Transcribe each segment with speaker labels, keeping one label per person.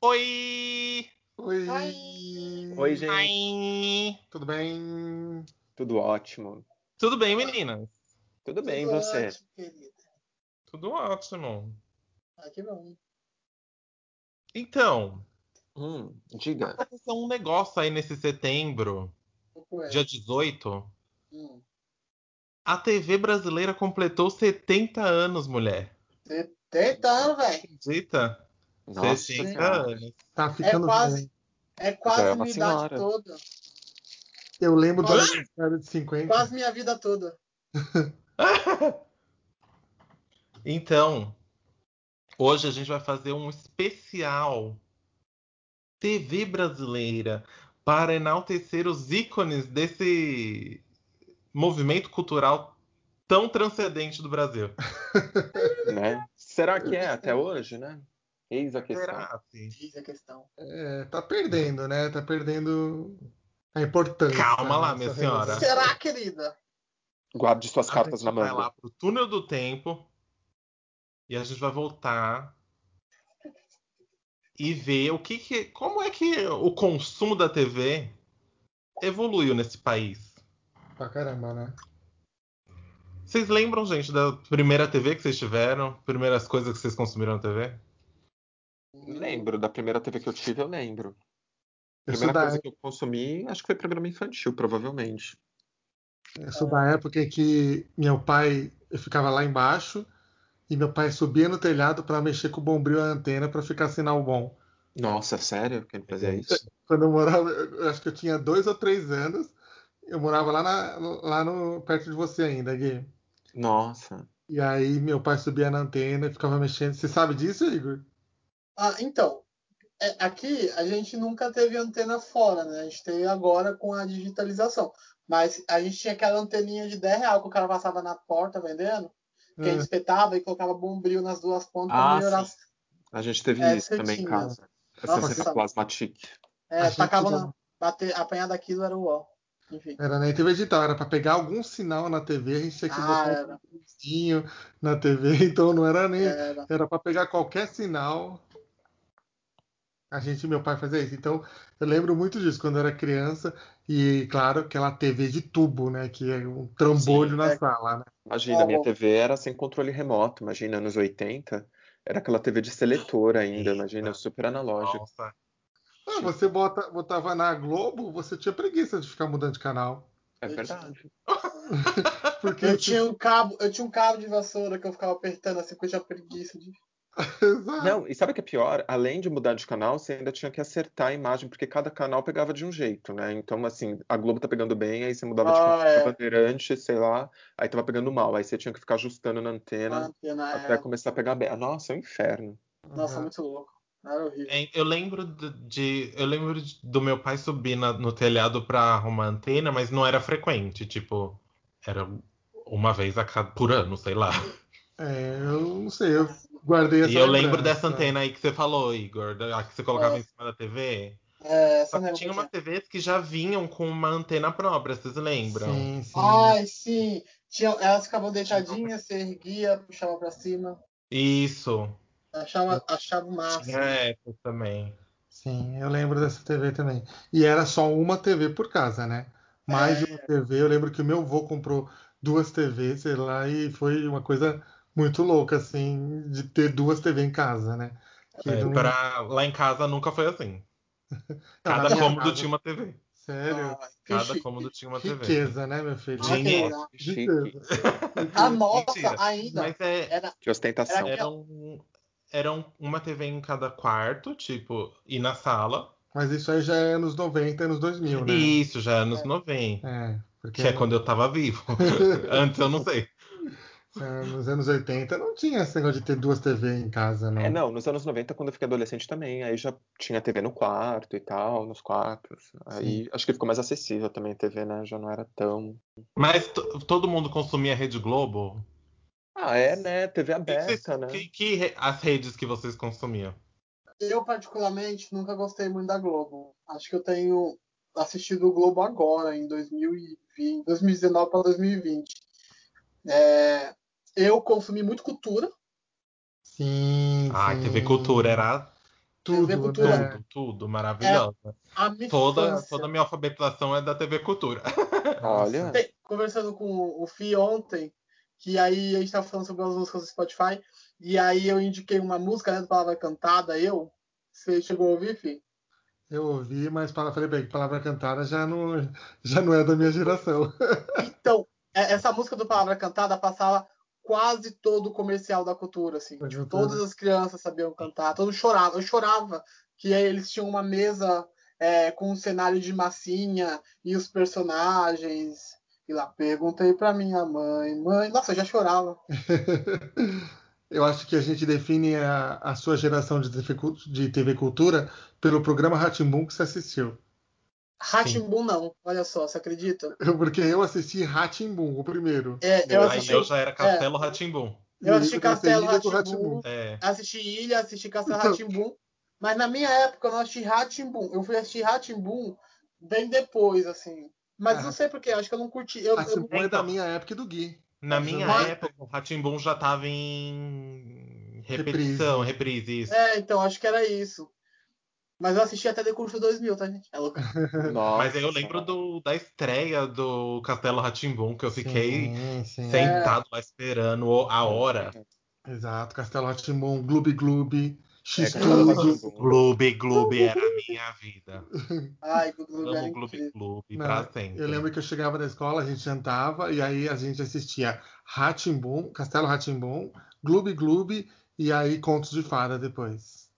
Speaker 1: Oi!
Speaker 2: Oi.
Speaker 3: Oi.
Speaker 4: Oi, gente.
Speaker 1: Ai.
Speaker 2: Tudo bem?
Speaker 4: Tudo ótimo.
Speaker 1: Tudo bem, meninas?
Speaker 4: Tudo bem, e
Speaker 3: Tudo
Speaker 4: você?
Speaker 3: ótimo, querida.
Speaker 1: Tudo ótimo.
Speaker 3: Ah, que bom.
Speaker 1: Então,
Speaker 4: Hum, diga.
Speaker 1: tá acontecendo um negócio aí nesse setembro,
Speaker 3: Pouco é.
Speaker 1: dia 18.
Speaker 3: Hum.
Speaker 1: A TV brasileira completou 70 anos, mulher.
Speaker 3: Então, velho.
Speaker 1: Acredita?
Speaker 4: Nossa
Speaker 1: 60
Speaker 4: Senhora.
Speaker 1: anos.
Speaker 2: Tá ficando
Speaker 3: quase-
Speaker 2: velho.
Speaker 3: É
Speaker 4: Já é
Speaker 3: quase
Speaker 4: uma
Speaker 3: minha idade
Speaker 4: senhora.
Speaker 3: toda.
Speaker 2: Eu lembro da
Speaker 3: Hã?
Speaker 2: década de 50.
Speaker 3: Quase minha vida toda.
Speaker 1: Então, hoje a gente vai fazer um especial TV brasileira para enaltecer os ícones desse movimento cultural tão transcendente do Brasil.
Speaker 4: Né? Será que é até hoje, né? Eis a questão.
Speaker 1: Será? Fih?
Speaker 3: Diz a questão.
Speaker 2: É, tá perdendo, né? Tá perdendo a importância. né,
Speaker 1: Calma lá,
Speaker 2: Essa
Speaker 1: minha Será?
Speaker 2: relação.
Speaker 1: senhora.
Speaker 3: Será, querida?
Speaker 4: Guarde suas
Speaker 1: a
Speaker 4: cartas
Speaker 1: gente
Speaker 4: na
Speaker 1: Ah, então vai
Speaker 4: manga.
Speaker 1: lá pro túnel do tempo e a gente vai voltar e ver o que, que como é que o consumo da TV evoluiu nesse país.
Speaker 2: Pra caramba, né?
Speaker 1: Vocês lembram, gente, da primeira TV que vocês tiveram? Primeiras coisas que vocês consumiram na TV?
Speaker 4: Lembro, da primeira TV que eu tive, eu lembro.
Speaker 2: Eu
Speaker 4: Primeira
Speaker 2: sou, da,
Speaker 4: coisa que eu consumi, acho que foi programa infantil, provavelmente.
Speaker 2: eu sou da época em que meu pai eu ficava lá embaixo e meu pai subia no telhado pra mexer com o bombril na antena pra ficar sinal bom.
Speaker 4: Nossa, sério? Que ele fazia
Speaker 1: Gente.
Speaker 4: isso?
Speaker 2: Quando eu morava, eu acho que eu tinha dois ou três anos, eu morava lá, na- lá no, perto de você ainda, Gui.
Speaker 4: Nossa.
Speaker 2: E aí meu pai subia na antena e ficava mexendo. Você sabe disso, Igor?
Speaker 3: Ah, então. é, aqui a gente nunca teve antena fora, né? A gente teve agora com a digitalização. Mas a gente tinha aquela anteninha de 10 real que o cara passava na porta vendendo,
Speaker 2: Hum.
Speaker 3: que a gente espetava e colocava bombril nas duas pontas
Speaker 4: Ah,
Speaker 3: pra melhorar.
Speaker 4: sim. A gente teve
Speaker 3: Uhum, É,
Speaker 4: isso também em
Speaker 3: certinho.
Speaker 4: casa. Essa
Speaker 3: Nossa.
Speaker 4: cena plasmatic.
Speaker 2: A
Speaker 3: É,
Speaker 2: gente
Speaker 3: tacava
Speaker 2: dava-
Speaker 3: na. Bater, apanhar daquilo era o ó. Enfim.
Speaker 2: Era na TV digital, era pra pegar algum sinal na TV, a gente tinha
Speaker 3: Ah,
Speaker 2: que botar um
Speaker 3: era.
Speaker 2: pouquinho na TV, então não era nem.
Speaker 3: Era.
Speaker 2: Era pra pegar qualquer sinal. A gente, meu pai fazia isso. Então, eu lembro muito disso quando eu era criança. E, claro, aquela TV de tubo, né? Que é um trambolho
Speaker 4: Sim,
Speaker 2: na
Speaker 3: é.
Speaker 2: sala, né?
Speaker 4: Imagina, minha
Speaker 3: Como?
Speaker 4: TV era sem controle remoto, imagina, anos 80. Era aquela TV de seletor ainda, imagina, super analógico.
Speaker 1: Nossa.
Speaker 2: Ah, você bota, botava na Globo, você tinha preguiça de ficar mudando de canal.
Speaker 4: É
Speaker 3: Eu
Speaker 4: verdade.
Speaker 1: Tá,
Speaker 2: Porque
Speaker 1: tipo,
Speaker 3: Eu tinha um cabo, eu tinha um cabo de vassoura que eu ficava apertando assim, porque eu tinha preguiça de.
Speaker 2: Exato.
Speaker 4: Não, e sabe o que é pior? Além de mudar de canal, você ainda tinha que acertar a imagem, porque cada canal pegava de um jeito, né? Então, assim, a Globo tá pegando bem, aí você mudava de
Speaker 3: Ah,
Speaker 4: canal
Speaker 3: é.
Speaker 4: pra Bandeirante, sei lá, aí tava pegando mal, aí você tinha que ficar ajustando na
Speaker 3: Ah,
Speaker 4: antena
Speaker 3: antena,
Speaker 4: né? até
Speaker 3: é.
Speaker 4: começar a pegar bem. Ah, Nossa, é um inferno.
Speaker 3: Nossa,
Speaker 2: Aham.
Speaker 3: muito louco. Era horrível.
Speaker 1: É, Eu lembro de, de- eu lembro de- do meu pai subir na- no telhado pra arrumar antena, mas não era frequente, tipo, era uma vez a cada, por ano, sei lá.
Speaker 2: É, eu não sei, eu guardei essa
Speaker 1: E eu lembro
Speaker 2: lembrança.
Speaker 1: dessa antena aí que você falou, Igor, da, a que você colocava
Speaker 3: É.
Speaker 1: em cima da TV.
Speaker 3: É,
Speaker 1: Só
Speaker 3: essa
Speaker 1: que
Speaker 3: negócio.
Speaker 1: tinha umas TVs que já vinham com uma antena própria, vocês lembram?
Speaker 2: Sim, sim.
Speaker 3: Ai, sim. Tinha, elas ficavam deixadinhas, se erguia, puxava pra cima.
Speaker 1: Isso,
Speaker 3: Achava, achava o máximo.
Speaker 1: tinha essa também.
Speaker 2: Sim, eu lembro dessa TV também. E era só uma TV por casa, né? Mais de
Speaker 1: É.
Speaker 2: uma TV. Eu lembro que o meu avô comprou duas TVs, sei lá, e foi uma coisa muito louca, assim, de ter duas TVs em casa, né? Que
Speaker 1: É,
Speaker 2: não-
Speaker 1: pra- lá em casa nunca foi assim.
Speaker 2: não, na
Speaker 1: Cada
Speaker 2: minha
Speaker 1: cômodo
Speaker 2: casa-
Speaker 1: tinha uma TV.
Speaker 2: Sério?
Speaker 3: Ah, que
Speaker 1: Cada
Speaker 3: chique.
Speaker 1: cômodo tinha uma TV.
Speaker 2: Riqueza, né, meu filho?
Speaker 3: Ah,
Speaker 1: Dinheiro.
Speaker 3: que legal.
Speaker 4: Que chique,
Speaker 3: A Ah, nossa
Speaker 1: Mentira.
Speaker 3: ainda
Speaker 1: Mas é,
Speaker 3: era.
Speaker 4: que ostentação.
Speaker 3: Era-
Speaker 1: Era, um, era um- uma TV em cada quarto, tipo, e na sala.
Speaker 2: Mas isso aí já é anos 90, anos 2000, né?
Speaker 1: E isso, já anos
Speaker 3: É.
Speaker 1: 90.
Speaker 2: É, porque
Speaker 1: Que é quando eu tava vivo. Antes eu não sei.
Speaker 2: é, nos anos 80 não tinha esse negócio de ter duas TVs em casa, não.
Speaker 1: Uhum.
Speaker 4: É, não, nos anos 90, quando eu fiquei adolescente também, aí já tinha TV no quarto e tal, nos quartos. Aí acho que ficou mais acessível também a TV, né? Já não era tão.
Speaker 1: Mas to- todo mundo consumia Rede Globo?
Speaker 4: Ah, é, né? TV
Speaker 1: Que que vocês-
Speaker 4: aberta, né?
Speaker 1: que- que re- as redes que vocês consumiam?
Speaker 3: Eu, particularmente, nunca gostei muito da Globo. Acho que eu tenho assistido o Globo agora, em 2020, 2019 para 2020. É, eu consumi muito cultura.
Speaker 2: Sim,
Speaker 1: Ah,
Speaker 2: sim.
Speaker 1: TV Cultura era
Speaker 2: Tudo,
Speaker 3: TV
Speaker 1: Tudo,
Speaker 3: Cultura.
Speaker 2: né?
Speaker 1: tudo, maravilhosa.
Speaker 3: A minha
Speaker 1: Toda,
Speaker 3: infância.
Speaker 1: toda a minha alfabetização é da TV Cultura.
Speaker 4: Olha,
Speaker 3: Tem- conversando com o Fi ontem, que aí a gente tava falando sobre as músicas do Spotify, e aí eu indiquei uma música, né, do Palavra Cantada, eu. Você chegou a ouvir, Fi?
Speaker 2: Eu ouvi, mas para, falei bem, palavra cantada já não, já não é da minha geração.
Speaker 3: Então, é- essa música do Palavra Cantada passava quase todo o comercial da cultura, assim.
Speaker 2: Da
Speaker 3: Tipo,
Speaker 2: cultura.
Speaker 3: todas as crianças sabiam cantar, todos choravam. Eu chorava que aí eles tinham uma mesa é, com um cenário de massinha e os personagens. E lá, perguntei pra minha mãe, mãe. Nossa, eu já chorava.
Speaker 2: Eu acho que a gente define a, a sua geração de, TV cul- de TV Cultura pelo programa Ratimbum que você assistiu.
Speaker 3: Ratimbun não, olha só, você acredita?
Speaker 2: Eu- Porque eu assisti Ratimbum, o primeiro.
Speaker 3: É,
Speaker 4: Eu
Speaker 3: eu
Speaker 1: Aí
Speaker 3: assisti,
Speaker 1: eu já era Castelo Ratimbum.
Speaker 3: eu assisti
Speaker 2: E você
Speaker 3: Castelo
Speaker 2: liga do
Speaker 3: Ratimbun,
Speaker 2: Rá-Tim-Bum.
Speaker 1: É.
Speaker 3: assisti Ilha, assisti Castelo
Speaker 2: Então-
Speaker 3: Ratimbun, mas na minha época eu não assisti Ratimbun, eu fui assistir Ratimbun bem depois, assim. Mas
Speaker 2: Ah.
Speaker 3: não sei porquê, acho que eu não curti. Eu, eu,
Speaker 2: Rá-Tim-Bum é da
Speaker 1: Então.
Speaker 2: minha época e do Gui.
Speaker 1: Na
Speaker 2: Mas
Speaker 1: minha
Speaker 2: eu-
Speaker 1: época, o Ratimbum já tava em repetição, reprise, isso.
Speaker 3: é, então, acho que era isso. Mas eu assisti até The Curso 2000, tá, gente? É louco.
Speaker 4: nossa.
Speaker 1: Mas aí eu lembro do, da estreia do Castelo Ratimbum, que eu fiquei
Speaker 2: Sim, sim.
Speaker 1: sentado lá esperando o- a hora.
Speaker 2: Exato, Castelo Rá-Tim-Bum, Gloob Gloob,
Speaker 4: É, Castelo
Speaker 2: X-Tudo.
Speaker 4: Rá-Tim-Bum.
Speaker 1: Clube, clube era a minha vida.
Speaker 3: Ai, o Globo era
Speaker 1: Amo Clube,
Speaker 3: incrível.
Speaker 1: clube
Speaker 2: Não,
Speaker 1: pra sempre.
Speaker 2: Eu lembro que eu chegava da escola, a gente jantava e aí a gente assistia Ratimbum, Castelo Ratimbum, Gloob Gloob e aí Contos de Fada depois.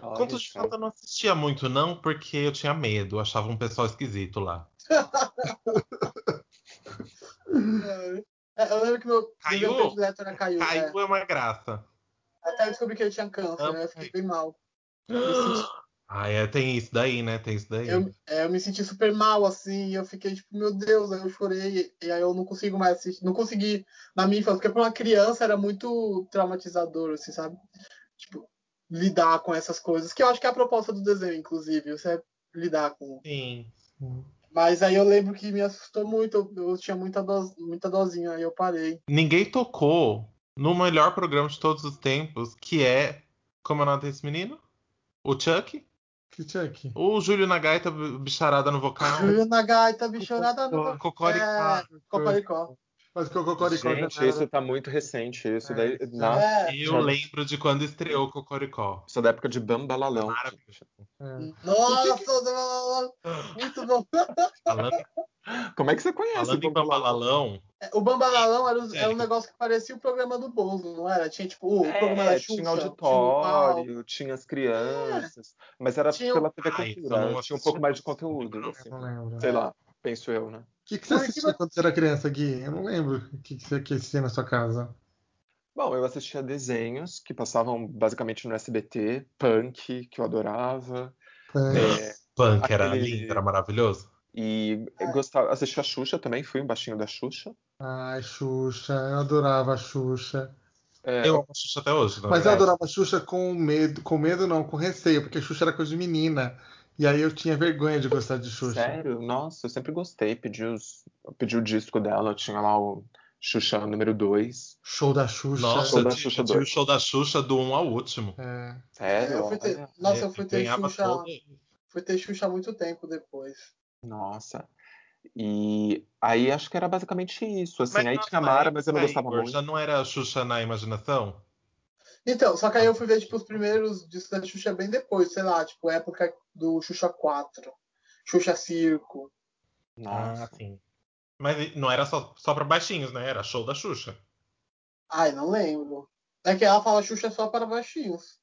Speaker 4: Olha,
Speaker 1: Contos de
Speaker 4: cara.
Speaker 1: Fada eu não assistia muito, não, porque eu tinha medo, eu achava um pessoal esquisito lá.
Speaker 3: É, Eu lembro que meu
Speaker 1: Caiu?
Speaker 3: meu predileto era Caiu. é.
Speaker 1: Caiu é uma graça.
Speaker 3: Até eu descobri que ele tinha câncer, né? Eu fiquei bem mal.
Speaker 1: Ah, é, tem isso daí, né? Tem isso daí.
Speaker 3: Eu, é, eu me senti super mal, assim, e eu fiquei tipo, meu Deus, aí eu chorei, e aí eu não consigo mais assistir, não consegui na minha infância, porque pra uma criança era muito traumatizador, assim, sabe? Tipo, lidar com essas coisas, que eu acho que é a proposta do desenho, inclusive, você é lidar com.
Speaker 1: Sim.
Speaker 3: Mas aí eu lembro que me assustou muito, eu, eu tinha muita, do, muita dozinha, aí eu parei.
Speaker 1: Ninguém tocou no melhor programa de todos os tempos, que é. Como é o nome desse menino? O Chuck?
Speaker 2: Que Chuck?
Speaker 1: O Júlio na gaita b- bicharada no vocal?
Speaker 4: Ah,
Speaker 3: Júlio na gaita, bichorada no. É,
Speaker 1: Cocoricó.
Speaker 3: Cocoricó.
Speaker 2: Mas que o Cocoricó já
Speaker 4: Gente,
Speaker 2: era-
Speaker 4: isso tá muito recente, isso
Speaker 2: É,
Speaker 4: daí.
Speaker 2: isso
Speaker 4: na-
Speaker 3: É.
Speaker 1: Eu lembro de quando estreou o Cocoricó.
Speaker 4: Isso é da época de Bambalalão.
Speaker 1: Maravilhoso.
Speaker 2: é.
Speaker 3: Nossa, muito bom.
Speaker 1: Falando,
Speaker 4: Como é que você conhece
Speaker 1: falando em Bambalalão,
Speaker 3: É, O Bambalalão era, um- era um
Speaker 1: Sério?
Speaker 3: negócio que parecia o programa do Bozo, não era? Tinha tipo o programa da
Speaker 4: É,
Speaker 1: um
Speaker 3: Xuxa,
Speaker 4: tinha
Speaker 3: o pau.
Speaker 4: auditório, tinha, as crianças, mas era
Speaker 3: Tinha o-
Speaker 4: pela TV
Speaker 1: Ah, isso
Speaker 4: Cultura,
Speaker 1: eu não
Speaker 4: tinha um pouco mais de
Speaker 1: assisti, não
Speaker 4: conteúdo,
Speaker 1: lembro.
Speaker 4: assim.
Speaker 2: Eu não lembro.
Speaker 4: sei lá, penso eu, né?
Speaker 2: O que, que você
Speaker 3: Mas que
Speaker 2: assistia quando você era criança, Gui? Eu não lembro o que, que você que assistia na sua casa.
Speaker 4: Bom, eu assistia desenhos que passavam basicamente no SBT, Punk, que eu adorava,
Speaker 2: É,
Speaker 4: é,
Speaker 1: punk era
Speaker 4: Aquele-
Speaker 1: lindo, era maravilhoso.
Speaker 4: e gostava, assistia a Xuxa também, fui um baixinho da Xuxa.
Speaker 2: Ai, Xuxa, eu adorava a Xuxa.
Speaker 4: É,
Speaker 1: Eu amo Xuxa até hoje. na
Speaker 2: Mas eu
Speaker 1: verdade.
Speaker 2: adorava a Xuxa com medo, com medo não, com receio, porque Xuxa era coisa de menina. E aí eu tinha vergonha de gostar de Xuxa.
Speaker 4: Sério? Nossa, eu sempre gostei. Pedi, os, eu pedi o disco dela, eu tinha lá o Xuxa número 2.
Speaker 2: Show da Xuxa.
Speaker 1: Nossa,
Speaker 4: Show
Speaker 1: eu
Speaker 4: da
Speaker 1: tive,
Speaker 4: Xuxa
Speaker 1: eu tive o
Speaker 4: dois.
Speaker 1: show da Xuxa do 1 ao último. É,
Speaker 2: É,
Speaker 4: Sério?
Speaker 3: Eu fui ter-
Speaker 4: Olha.
Speaker 3: Nossa, eu fui ter
Speaker 1: ganhava
Speaker 3: Xuxa.
Speaker 4: um.
Speaker 1: todo-
Speaker 3: Fui ter Xuxa há muito tempo depois.
Speaker 4: Nossa. E aí acho que era basicamente isso, assim.
Speaker 1: Mas
Speaker 4: aí
Speaker 1: nossa,
Speaker 4: tinha a Mara,
Speaker 1: aí-
Speaker 4: mas eu não
Speaker 1: aí,
Speaker 4: gostava
Speaker 1: Igor,
Speaker 4: muito.
Speaker 1: Já não era a Xuxa na imaginação?
Speaker 3: Então, só que aí eu fui ver tipo, os primeiros discos da Xuxa bem depois, sei lá, tipo, época do Xuxa 4, Xuxa Circo.
Speaker 4: Nossa.
Speaker 1: Ah, sim. Mas não era só, só pra baixinhos, né? Era show da Xuxa.
Speaker 3: Ai, não lembro. É que ela fala Xuxa só para baixinhos.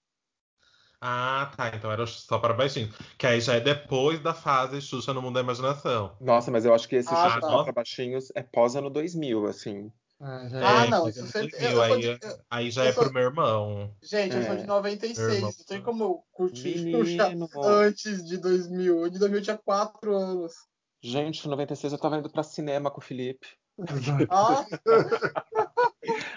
Speaker 1: Ah, tá. Então era só para baixinhos. Que aí já é depois da fase Xuxa no Mundo da Imaginação.
Speaker 4: Nossa, mas eu acho que esse
Speaker 3: Ah,
Speaker 4: Xuxa
Speaker 3: tá.
Speaker 4: só pra baixinhos é pós ano 2000, assim.
Speaker 2: é, já
Speaker 3: Ah,
Speaker 2: era.
Speaker 3: não,
Speaker 1: mas
Speaker 3: isso
Speaker 1: é
Speaker 3: sempre-
Speaker 1: 2000,
Speaker 3: eu- eu sou
Speaker 1: aí,
Speaker 3: de- eu-
Speaker 1: aí já
Speaker 3: eu
Speaker 1: é
Speaker 3: sou-
Speaker 1: pro meu irmão.
Speaker 3: Gente, eu sou de
Speaker 4: É.
Speaker 3: 96,
Speaker 1: Irmão.
Speaker 3: não tem como eu curtir Xuxa
Speaker 4: Menino.
Speaker 3: antes de 2000. Eu De 2000 eu tinha 4 anos.
Speaker 4: Gente, em 96 eu tava indo pra cinema com o Felipe.
Speaker 2: Exato.
Speaker 3: Ah,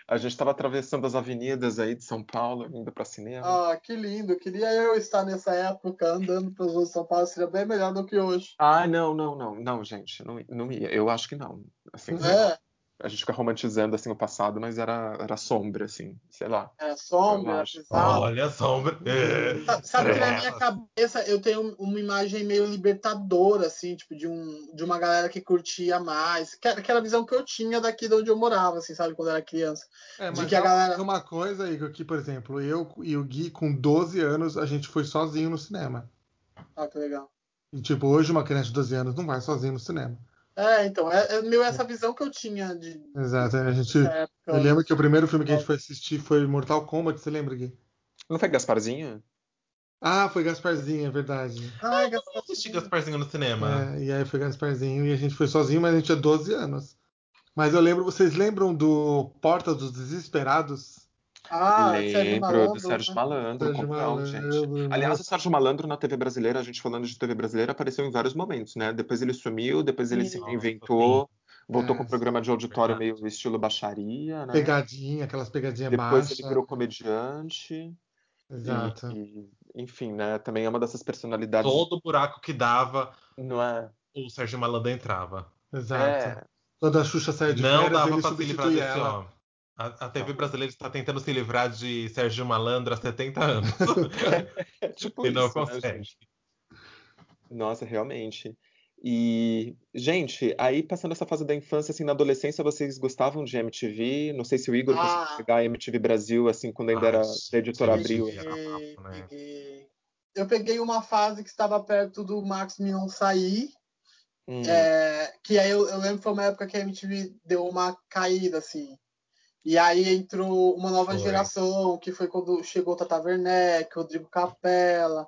Speaker 4: A gente tava atravessando as avenidas aí de São Paulo, indo pra cinema.
Speaker 3: ah, que lindo. Queria eu estar nessa época andando pelos ruas de São Paulo. Seria bem melhor do que hoje.
Speaker 4: Ah, não, não, não, não, gente, não, não ia. Eu acho que não. Assim,
Speaker 2: É.
Speaker 3: É,
Speaker 4: a gente fica romantizando assim o passado, mas era, era sombra, assim, sei lá.
Speaker 3: Era sombra,
Speaker 4: Eu
Speaker 3: era
Speaker 4: acho.
Speaker 2: Tá.
Speaker 3: pesado.
Speaker 1: Olha a sombra. É.
Speaker 3: Sa- Sabe que na
Speaker 1: Trevas.
Speaker 3: minha cabeça eu tenho uma imagem meio libertadora, assim, tipo, de, um, de uma galera que curtia mais. Que era Aquela visão que eu tinha daqui de onde eu morava, assim, sabe, quando era criança.
Speaker 2: É,
Speaker 3: De
Speaker 2: mas
Speaker 3: que a
Speaker 2: ela
Speaker 3: galera-
Speaker 2: faz uma coisa, Igor, que, por exemplo, eu e o Gui, com 12 anos, a gente foi sozinho no cinema.
Speaker 3: Ah, que legal.
Speaker 2: E, tipo, hoje uma criança de 12 anos não vai sozinho no cinema.
Speaker 3: É, então, é, é meio essa visão que eu tinha de,
Speaker 2: Exato. né? A gente.
Speaker 3: dessa época.
Speaker 2: Eu lembro que o primeiro filme
Speaker 3: é.
Speaker 2: que a gente foi assistir foi Mortal Kombat, você lembra, Gui?
Speaker 4: Não foi Gasparzinho?
Speaker 2: Ah, foi Gasparzinho, é verdade.
Speaker 3: Ai,
Speaker 1: Eu assisti Gasparzinho no cinema.
Speaker 2: É, e aí foi Gasparzinho e a gente foi sozinho, mas a gente tinha 12 anos. Mas eu lembro, vocês lembram do Porta dos Desesperados?
Speaker 3: ah, Sérgio
Speaker 4: Lembro
Speaker 3: Malandro,
Speaker 4: do Sérgio
Speaker 3: né?
Speaker 4: Malandro,
Speaker 2: Sérgio
Speaker 4: Comprão, gente.
Speaker 2: Malandro.
Speaker 4: Aliás, o Sérgio Malandro na TV brasileira, a gente falando de TV brasileira, apareceu em vários momentos, né? Depois ele sumiu, depois ele
Speaker 3: Sim.
Speaker 4: se
Speaker 1: Nossa,
Speaker 4: reinventou, voltou com
Speaker 2: É,
Speaker 4: o programa de auditório
Speaker 1: verdade.
Speaker 4: meio estilo baixaria, né?
Speaker 2: pegadinha, aquelas pegadinhas
Speaker 4: Depois
Speaker 2: baixas.
Speaker 4: ele virou comediante. e-
Speaker 2: Exato.
Speaker 4: e, enfim, né? Também é uma dessas personalidades,
Speaker 1: Todo buraco que dava,
Speaker 4: não é?
Speaker 1: o Sérgio Malandro entrava.
Speaker 2: Exato.
Speaker 4: É,
Speaker 2: Quando a Xuxa saiu É, de
Speaker 1: Não
Speaker 2: férias,
Speaker 1: dava
Speaker 2: ele
Speaker 1: pra se livrar
Speaker 2: substitui
Speaker 1: desse
Speaker 2: ela. Tá.
Speaker 1: homem. A, a TV brasileira está tentando se livrar de Sérgio Malandro há 70 anos.
Speaker 4: é tipo
Speaker 1: e não
Speaker 4: isso, né, gente?
Speaker 1: consegue.
Speaker 4: Nossa, realmente. E, gente, aí passando essa fase da infância, assim, na adolescência, vocês gostavam de MTV? Não sei se o Igor
Speaker 3: Ah.
Speaker 4: conseguiu pegar a MTV Brasil, assim, quando ainda
Speaker 1: Ah,
Speaker 4: era
Speaker 1: gente,
Speaker 4: da editora
Speaker 1: MTV.
Speaker 4: Abril.
Speaker 1: Era
Speaker 3: Peguei,
Speaker 1: papo, né?
Speaker 3: peguei. Eu peguei uma fase que estava perto do Max Mion sair,
Speaker 4: Hum,
Speaker 3: é, que aí eu, eu lembro que foi uma época que a MTV deu uma caída, assim. E aí entrou uma nova
Speaker 1: Foi.
Speaker 3: geração, que foi quando chegou Tata Werneck, Rodrigo Capella,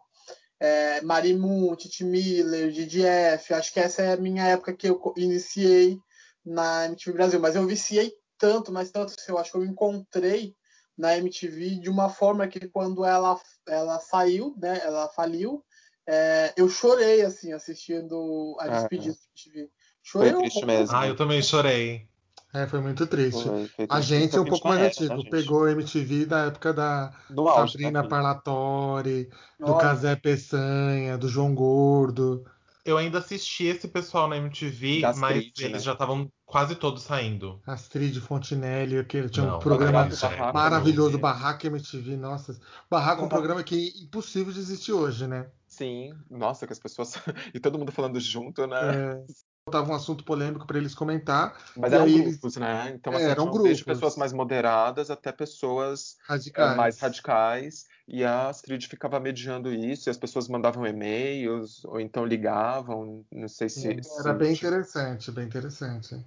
Speaker 3: é, Marimun, Titi Miller, DDF. Acho que essa é a minha época que eu co- iniciei na MTV Brasil. Mas eu viciei tanto, mas tanto, assim, eu acho que eu me encontrei na MTV de uma forma que quando ela, ela saiu, né, ela faliu, é, eu chorei, assim, assistindo a
Speaker 4: Ah.
Speaker 3: despedida da MTV.
Speaker 4: foi
Speaker 3: Chorei um
Speaker 4: triste
Speaker 3: horror.
Speaker 4: mesmo.
Speaker 1: Ah, eu também chorei.
Speaker 2: É, foi muito triste.
Speaker 4: Foi, foi
Speaker 2: A
Speaker 4: triste.
Speaker 2: gente é um
Speaker 4: Foi
Speaker 2: pouco
Speaker 4: uma
Speaker 2: mais
Speaker 4: era, né,
Speaker 2: antigo.
Speaker 4: gente?
Speaker 2: Pegou MTV da época da
Speaker 4: No auge, né,
Speaker 2: Sabrina
Speaker 4: filho?
Speaker 2: Parlatore, do
Speaker 3: Nossa.
Speaker 2: Casé Peçanha, do João Gordo.
Speaker 1: Eu ainda assisti esse pessoal na MTV,
Speaker 4: Das
Speaker 1: mas
Speaker 4: Creed,
Speaker 1: eles
Speaker 4: né?
Speaker 1: já estavam quase todos saindo.
Speaker 2: Astrid Fontinelli, que ele tinha
Speaker 1: Não, é.
Speaker 2: um programa
Speaker 1: Barraco, Barraco,
Speaker 2: maravilhoso,
Speaker 4: não.
Speaker 2: Barraca MTV, nossa. Barraca é
Speaker 4: Barraca.
Speaker 2: um programa que é impossível de existir hoje, né?
Speaker 4: Sim, nossa, que as pessoas. E todo mundo falando junto, né?
Speaker 2: É, botava um assunto polêmico para eles comentar,
Speaker 4: Mas
Speaker 2: E
Speaker 4: eram
Speaker 2: aí eles-
Speaker 4: grupos, né? Então,
Speaker 2: É,
Speaker 4: assim,
Speaker 2: eram
Speaker 4: tinham desde
Speaker 2: grupos.
Speaker 4: pessoas mais moderadas até pessoas eh,
Speaker 2: radicais.
Speaker 4: mais radicais, e a Astrid ficava mediando isso, e as pessoas mandavam e-mails, ou então ligavam, não sei se...
Speaker 2: É, Era
Speaker 4: se-
Speaker 2: bem interessante, bem interessante.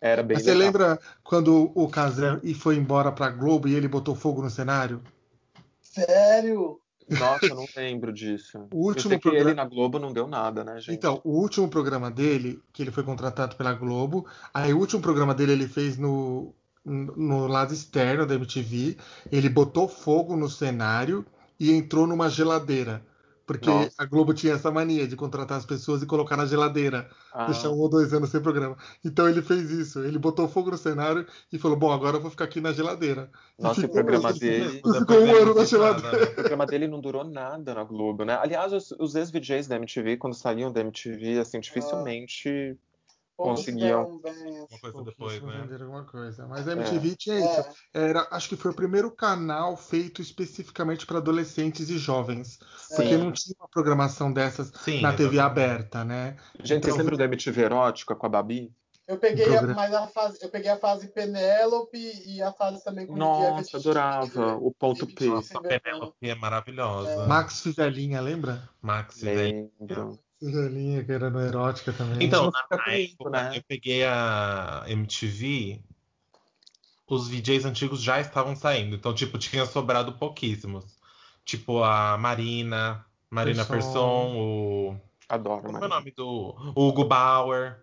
Speaker 4: Era bem
Speaker 2: Mas você
Speaker 4: legal.
Speaker 2: lembra quando o Casé e foi embora pra Globo e ele botou fogo no cenário?
Speaker 3: Sério?
Speaker 4: Nossa, eu não lembro disso.
Speaker 2: O
Speaker 4: eu
Speaker 2: último
Speaker 4: sei que
Speaker 2: programa-
Speaker 4: ele na Globo não deu nada, né, gente?
Speaker 2: Então, o último programa dele, que ele foi contratado pela Globo, aí o último programa dele ele fez no, no lado externo da MTV, ele botou fogo no cenário e entrou numa geladeira. Porque
Speaker 4: Nossa.
Speaker 2: a Globo tinha essa mania de contratar as pessoas e colocar na geladeira,
Speaker 4: Ah,
Speaker 2: deixar um ou dois anos sem programa. Então ele fez isso, ele botou fogo no cenário e falou: Bom, agora eu vou ficar aqui na geladeira.
Speaker 4: nossa, e o
Speaker 2: ficou
Speaker 4: programa
Speaker 2: mesmo.
Speaker 4: dele...
Speaker 2: Ficou
Speaker 1: Depois
Speaker 2: um
Speaker 1: ele
Speaker 2: ano
Speaker 1: não
Speaker 2: na
Speaker 1: fez
Speaker 2: geladeira.
Speaker 1: nada, né?
Speaker 4: O programa dele não durou nada na Globo, né? Aliás, os, os ex-VJs da MTV, quando saíam da MTV,
Speaker 2: Ah.
Speaker 4: assim,
Speaker 2: É.
Speaker 4: dificilmente...
Speaker 3: Como
Speaker 4: Conseguiam.
Speaker 3: fizeram bem.
Speaker 1: Uma coisa depois,
Speaker 2: Pouquíssimo
Speaker 1: né?
Speaker 2: venderam alguma coisa. Mas a MTV tinha isso.
Speaker 3: É,
Speaker 2: Era, acho que foi o primeiro canal feito especificamente para adolescentes e jovens, porque
Speaker 4: Sim.
Speaker 2: não tinha uma programação dessas
Speaker 1: Sim.
Speaker 2: na TV
Speaker 1: exatamente.
Speaker 2: aberta, né?
Speaker 4: Gente, vocês lembram da MTV erótica com a Babi?
Speaker 3: eu peguei, a,
Speaker 2: Programa.
Speaker 3: mas a fase, eu peguei a fase Penélope e a fase também com né?
Speaker 4: Nossa, adorava o ponto P.
Speaker 1: Nossa, a Penélope é maravilhosa.
Speaker 2: Max Fivelinha, lembra?
Speaker 1: Max né? velho.
Speaker 4: Lembro.
Speaker 2: Fivelinha, que era no Erótica também.
Speaker 1: Então,
Speaker 4: não
Speaker 1: na
Speaker 4: fica
Speaker 1: minha
Speaker 4: bonito,
Speaker 1: época,
Speaker 4: né?
Speaker 1: eu peguei a MTV, os VJs antigos já estavam saindo. Então, tipo, tinha sobrado pouquíssimos. Tipo, a Marina, Marina
Speaker 2: Persson.
Speaker 1: Persson, o.
Speaker 4: Adoro, né?
Speaker 1: Como é o
Speaker 4: mano.
Speaker 1: nome do. O Hugo Bauer,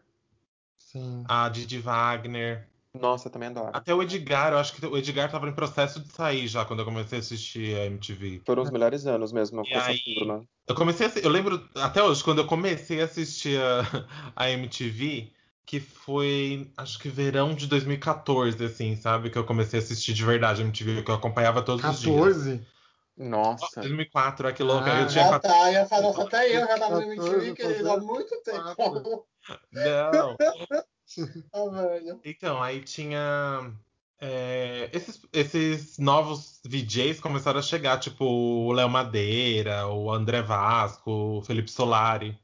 Speaker 2: Sim.
Speaker 1: a Didi Wagner.
Speaker 4: Nossa, também adoro.
Speaker 1: Até o Edgar, eu acho que o Edgar tava em processo de sair já quando eu comecei a assistir a MTV.
Speaker 4: Foram os melhores anos mesmo
Speaker 1: E
Speaker 4: com essa
Speaker 1: aí?
Speaker 4: turma.
Speaker 1: Eu comecei a, assi- eu lembro até hoje quando eu comecei a assistir a, a MTV, que foi acho que verão de 2014 assim, sabe, que eu comecei a assistir de verdade a MTV, que eu acompanhava todos os dias.
Speaker 2: 14?
Speaker 1: Ó,
Speaker 4: Nossa.
Speaker 1: 2004, olha que louca.
Speaker 2: Ah.
Speaker 1: eu tinha
Speaker 3: Já
Speaker 1: 14.
Speaker 3: tá, já falou, até eu já tava no
Speaker 2: 14,
Speaker 3: MTV, querido, há muito
Speaker 2: quatro.
Speaker 3: tempo.
Speaker 1: Não.
Speaker 3: Ah, velho.
Speaker 1: Então, aí tinha. é, esses, esses novos VJs começaram a chegar, tipo o Léo Madeira, o André Vasco, o Felipe Solari.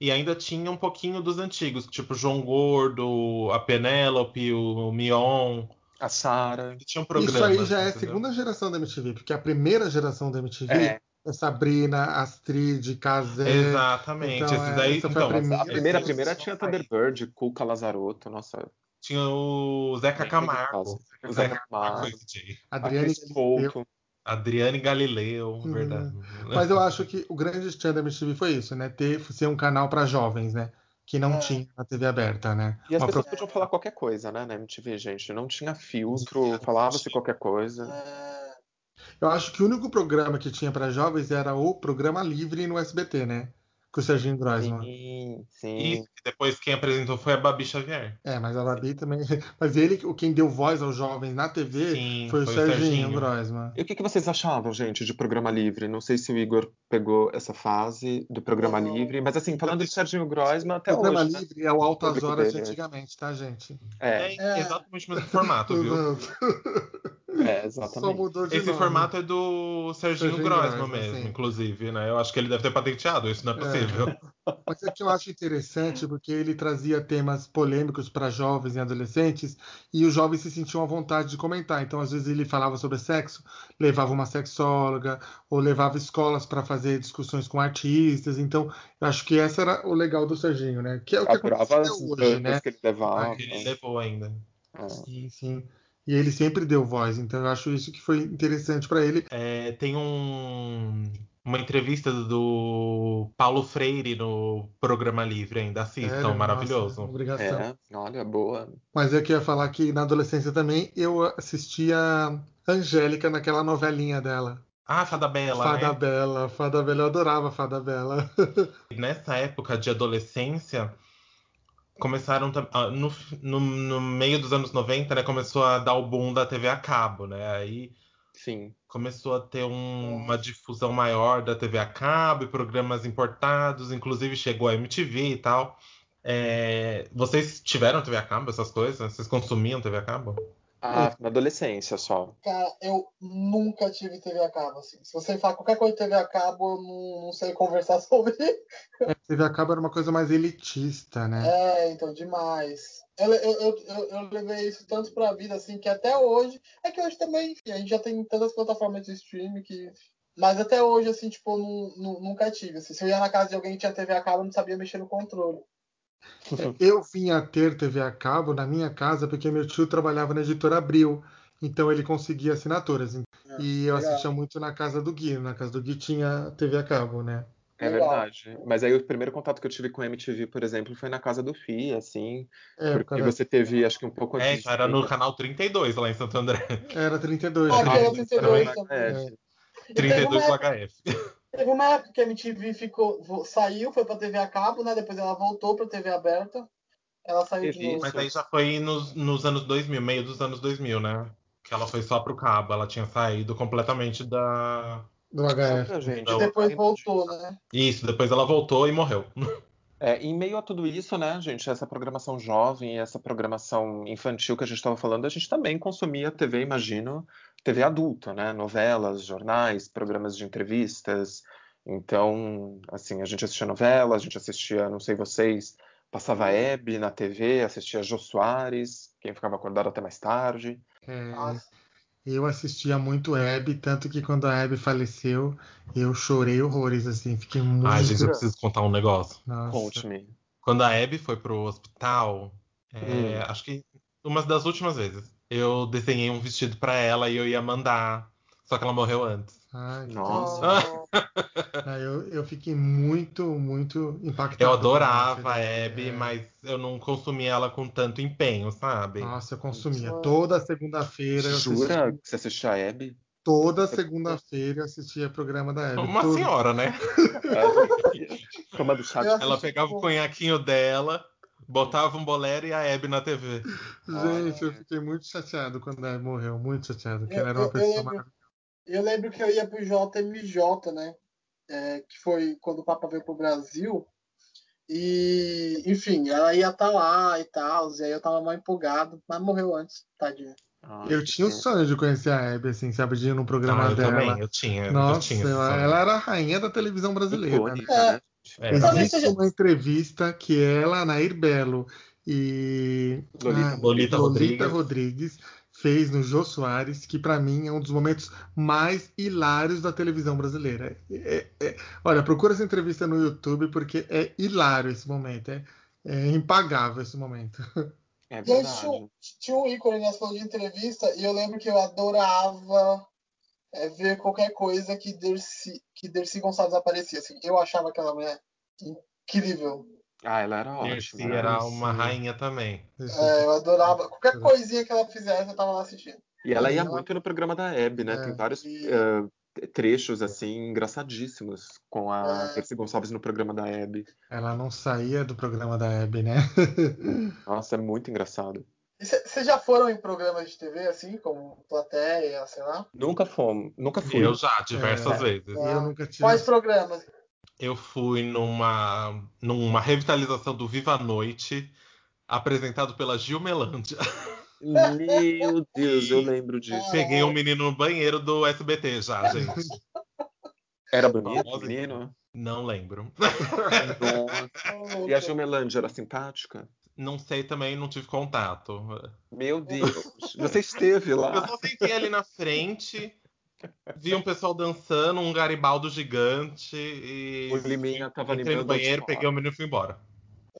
Speaker 1: E ainda tinha um pouquinho dos antigos, tipo João Gordo, a Penélope, o Mion.
Speaker 4: A Sara.
Speaker 1: Tinha um
Speaker 2: Isso
Speaker 1: programa.
Speaker 2: aí já é a
Speaker 1: entendeu?
Speaker 2: segunda geração da MTV, porque a primeira geração da MTV
Speaker 4: É,
Speaker 2: é, Sabrina, Astrid, Kazé.
Speaker 1: Exatamente.
Speaker 2: Então,
Speaker 1: esses
Speaker 2: é,
Speaker 1: daí,
Speaker 2: essa foi a
Speaker 1: então,
Speaker 2: primeira-
Speaker 4: a primeira, a
Speaker 1: esses-
Speaker 4: primeira tinha Thunderbird, Cuca Lazarotto, nossa.
Speaker 1: Tinha o Zeca Camargo.
Speaker 4: O Zé
Speaker 1: Camargo
Speaker 4: Camargo.
Speaker 1: foi DJ.
Speaker 4: A
Speaker 2: Adriane.
Speaker 4: Cris Couto.
Speaker 1: Adriane Galileu,
Speaker 2: Uhum.
Speaker 1: verdade.
Speaker 2: Mas eu acho que o grande tchan da MTV foi isso, né? Ter ser um canal para jovens, né? Que não
Speaker 3: É.
Speaker 2: tinha na TV aberta, né?
Speaker 4: E as
Speaker 2: Uma
Speaker 4: pessoas
Speaker 2: pro-
Speaker 4: podiam falar qualquer coisa, né, na MTV, gente. Não tinha filtro, falava-se qualquer coisa.
Speaker 3: É,
Speaker 2: Eu acho que o único programa que tinha para jovens era o programa livre no SBT, né? Com o Serginho Groisman.
Speaker 4: Sim, sim.
Speaker 1: Isso, que depois quem apresentou foi a Babi Xavier.
Speaker 2: É, mas a Babi também. Mas ele, o quem deu voz aos jovens na TV
Speaker 1: Sim,
Speaker 2: foi, o Serginho, Groisman.
Speaker 4: E o que, que vocês achavam, gente, de programa livre? Não sei se o Igor pegou essa fase do programa
Speaker 3: Não.
Speaker 4: livre, mas assim, falando de Serginho Groisman até
Speaker 2: O programa
Speaker 4: hoje. né?
Speaker 2: livre é o
Speaker 4: O
Speaker 2: Altas
Speaker 4: público
Speaker 2: Horas de
Speaker 4: dele, né?
Speaker 2: antigamente, tá, gente?
Speaker 4: É,
Speaker 1: É, exatamente o mesmo formato, viu?
Speaker 4: é,
Speaker 2: Só
Speaker 4: exatamente.
Speaker 2: mudou de
Speaker 1: Esse
Speaker 2: nome.
Speaker 1: formato é do Serginho
Speaker 2: né? Serginho
Speaker 1: Grossman
Speaker 2: Grossman,
Speaker 1: mesmo,
Speaker 2: sim.
Speaker 1: inclusive, né? Eu acho que ele deve ter patenteado, isso não é
Speaker 2: É.
Speaker 1: possível.
Speaker 2: Mas é que eu acho interessante porque ele trazia temas polêmicos para jovens e adolescentes e os jovens se sentiam à vontade de comentar. Então, às vezes, ele falava sobre sexo, levava uma sexóloga ou levava escolas para fazer discussões com artistas. Então, eu acho que essa era o legal do Serginho, né? Que é o que acontece
Speaker 4: Adorava
Speaker 2: até
Speaker 4: as
Speaker 2: hoje, né?
Speaker 4: bandas que ele levava.
Speaker 1: Porque Ele levou ainda.
Speaker 4: é.
Speaker 2: Sim, sim. E ele sempre deu voz, então eu acho isso que foi interessante para ele.
Speaker 1: É, tem um- uma entrevista do Paulo Freire no programa livre ainda. Assistam,
Speaker 2: Sério, nossa,
Speaker 1: então, maravilhoso.
Speaker 2: obrigação.
Speaker 4: É, olha, boa.
Speaker 2: Mas eu queria falar que na adolescência também eu assistia Angélica naquela novelinha dela.
Speaker 1: Ah, Fada Bela,
Speaker 2: Fada
Speaker 1: né?
Speaker 2: Bela, Fada Bela, eu adorava Fada Bela.
Speaker 1: nessa época de adolescência, começaram tam- ah, no, no, no meio dos anos 90, né, começou a dar o boom da TV a cabo, né? Aí
Speaker 4: Sim.
Speaker 1: começou a ter um- uma difusão maior da TV a cabo e programas importados, inclusive chegou a MTV e tal. É, vocês tiveram TV a cabo, essas coisas? Vocês consumiam TV a cabo?
Speaker 4: Ah,
Speaker 2: É.
Speaker 4: na adolescência só.
Speaker 3: cara, eu nunca tive TV a cabo, assim. Se você falar qualquer coisa de TV a cabo, eu não, não sei conversar sobre.
Speaker 2: TV a cabo era uma coisa mais elitista, né?
Speaker 3: É, então, demais. Eu, eu, eu, eu- eu levei isso tanto pra vida, assim, que até hoje. É que hoje também, enfim, a gente já tem tantas plataformas de streaming que. Mas até hoje, assim, tipo, eu nu- nu- nunca tive. assim. se eu ia na casa de alguém que tinha TV a cabo, eu não sabia mexer no controle.
Speaker 2: Eu vim a ter TV a cabo na minha casa porque meu tio trabalhava na editora Abril, então ele conseguia assinaturas. E
Speaker 3: legal.
Speaker 2: eu assistia muito na casa do Gui, na casa do Gui tinha TV a cabo, né?
Speaker 4: É
Speaker 3: Legal.
Speaker 4: verdade. Mas aí o primeiro contato que eu tive com MTV, por exemplo, foi na casa do Fih, assim.
Speaker 2: É, por
Speaker 4: porque
Speaker 2: causa-
Speaker 4: você teve, acho que um pouco
Speaker 1: É,
Speaker 4: antes.
Speaker 1: já era
Speaker 4: de-
Speaker 1: no canal 32 lá em Santo André.
Speaker 2: Era 32.
Speaker 3: Ah,
Speaker 2: né?
Speaker 3: aquele é
Speaker 4: Era o
Speaker 3: 32 também.
Speaker 4: NHF.
Speaker 3: E teve,
Speaker 1: 32
Speaker 3: uma
Speaker 1: do
Speaker 3: época,
Speaker 1: HF.
Speaker 3: teve uma época que a MTV ficou, vo- saiu, foi pra TV a cabo, né? Depois ela voltou pra TV aberta. Ela saiu de
Speaker 4: Teve
Speaker 3: novo.
Speaker 1: Mas aí já foi nos, nos anos 2000, meio dos anos 2000, né? Que ela foi só pro cabo, ela tinha saído completamente da.
Speaker 2: Do HF.
Speaker 4: Olha, É, gente,
Speaker 1: Não,
Speaker 3: E depois voltou, né?
Speaker 1: Isso, depois ela voltou e morreu.
Speaker 4: É, em meio a tudo isso, né, gente, essa programação jovem, essa programação infantil que a gente estava falando, a gente também consumia TV, imagino, TV adulta, né, novelas, jornais, programas de entrevistas. Então, assim, a gente assistia novela, a gente assistia, não sei vocês, passava
Speaker 2: Uhum.
Speaker 4: Hebe na TV, assistia Jô Soares, quem ficava acordado até mais tarde.
Speaker 2: É.
Speaker 3: Nossa.
Speaker 2: Eu assistia muito Hebe, tanto que quando a Hebe faleceu, eu chorei horrores, assim, fiquei muito.
Speaker 1: Ai, gente, eu preciso contar um negócio.
Speaker 2: Nossa.
Speaker 4: Conte-me.
Speaker 1: Quando a Abby foi pro hospital, é,
Speaker 4: Hum.
Speaker 1: acho que uma das últimas vezes, eu desenhei um vestido pra ela e eu ia mandar. Só que ela morreu antes.
Speaker 2: Ai, que
Speaker 4: Nossa.
Speaker 3: Ah,
Speaker 2: triste. Ai, eu, eu fiquei muito, muito impactado.
Speaker 1: Eu adorava a
Speaker 2: Ah, É.
Speaker 1: Abby, mas eu não consumi ela com tanto empenho, sabe?
Speaker 2: Nossa, eu consumia.
Speaker 3: Nossa.
Speaker 2: Toda segunda-feira eu assistia.
Speaker 4: Jura que você assistia a Hebe?
Speaker 2: Toda segunda-feira eu assistia o programa da Hebe.
Speaker 1: Uma
Speaker 2: Todo-
Speaker 1: senhora, né?
Speaker 4: Tomando chá de
Speaker 3: Eu
Speaker 1: Ela
Speaker 3: assisti,
Speaker 1: pegava o
Speaker 3: tipo,
Speaker 1: conhaquinho dela, botava um bolero e a Abby na TV.
Speaker 2: Gente, eu fiquei muito chateado quando a Hebe morreu, muito chateado, porque
Speaker 3: Eu-
Speaker 2: ela era uma
Speaker 3: eu- eu
Speaker 2: pessoa
Speaker 3: lembro-
Speaker 2: maravilhosa.
Speaker 3: Eu lembro que eu ia pro JMJ, né? É, que foi quando o Papa veio pro Brasil. E, enfim, ela ia estar tá lá e tal, e aí eu tava mal empolgado, mas morreu antes, tadinha.
Speaker 2: Ah, eu tinha o sonho de conhecer a Hebe, assim, sabe, de ir num programa
Speaker 1: Ah, eu
Speaker 2: dela.
Speaker 1: também, eu tinha. eu
Speaker 2: Nossa,
Speaker 1: tinha esse
Speaker 2: ela, é
Speaker 1: sonho.
Speaker 2: ela era a rainha da televisão brasileira. né?
Speaker 4: Icônica,
Speaker 3: É.
Speaker 4: né?
Speaker 1: É,
Speaker 3: Talvez
Speaker 2: Existe
Speaker 3: seja-
Speaker 2: uma entrevista que ela, Nair Belo e
Speaker 4: Lolita.
Speaker 2: ah,
Speaker 1: Lolita
Speaker 2: Lolita
Speaker 1: Rodrigues.
Speaker 2: Rodrigues fez no Jô Soares, que pra mim é um dos momentos mais hilários da televisão brasileira. É- é- olha, procura essa entrevista no YouTube porque é hilário esse momento, é, é impagável esse momento.
Speaker 4: É
Speaker 3: E aí tinha,
Speaker 4: verdade.
Speaker 3: tinha um ícone nessa falando de entrevista e eu lembro que eu adorava é, ver qualquer coisa que Dercy, que Dercy Gonçalves aparecia. Assim, eu achava aquela mulher incrível.
Speaker 4: Ah, ela era ótima.
Speaker 1: Dirce
Speaker 4: né?
Speaker 1: era uma
Speaker 2: Sim.
Speaker 1: rainha também.
Speaker 3: É, eu adorava. Qualquer coisinha que ela fizesse, eu tava lá assistindo.
Speaker 4: E ela ia
Speaker 2: Ela-
Speaker 4: muito no programa da Hebe, né?
Speaker 2: É.
Speaker 4: Tem vários
Speaker 3: E-
Speaker 4: eh, trechos, assim, engraçadíssimos com a
Speaker 3: É.
Speaker 4: Percy Gonçalves no programa da Hebe.
Speaker 2: Ela não saía do programa da Hebe, né?
Speaker 4: Nossa, é muito engraçado.
Speaker 3: Vocês já foram em programas de TV, assim, como plateia, sei lá?
Speaker 4: Nunca fomos, nunca fui.
Speaker 1: Eu já, diversas
Speaker 2: É.
Speaker 1: vezes.
Speaker 2: Eu nunca tive.
Speaker 3: Quais programas?
Speaker 1: Eu fui numa, numa revitalização do Viva a Noite, apresentado pela Gil Melândia.
Speaker 4: Meu Deus, eu lembro disso.
Speaker 1: Peguei um menino no banheiro do SBT já, gente.
Speaker 4: Era bonito,
Speaker 1: Famosa.
Speaker 4: menino?
Speaker 1: Não lembro.
Speaker 4: Nossa.
Speaker 3: Oh,
Speaker 4: E a Gilmelândia era simpática?
Speaker 1: Não sei também, não tive contato.
Speaker 4: Meu Deus, você esteve
Speaker 1: Eu
Speaker 4: lá.
Speaker 1: só sentei ali na frente, vi um pessoal dançando, um garibaldo gigante e.
Speaker 4: O Liminha tava
Speaker 1: Entrei no
Speaker 4: animando.
Speaker 1: banheiro,
Speaker 4: a
Speaker 1: peguei o menino e fui embora.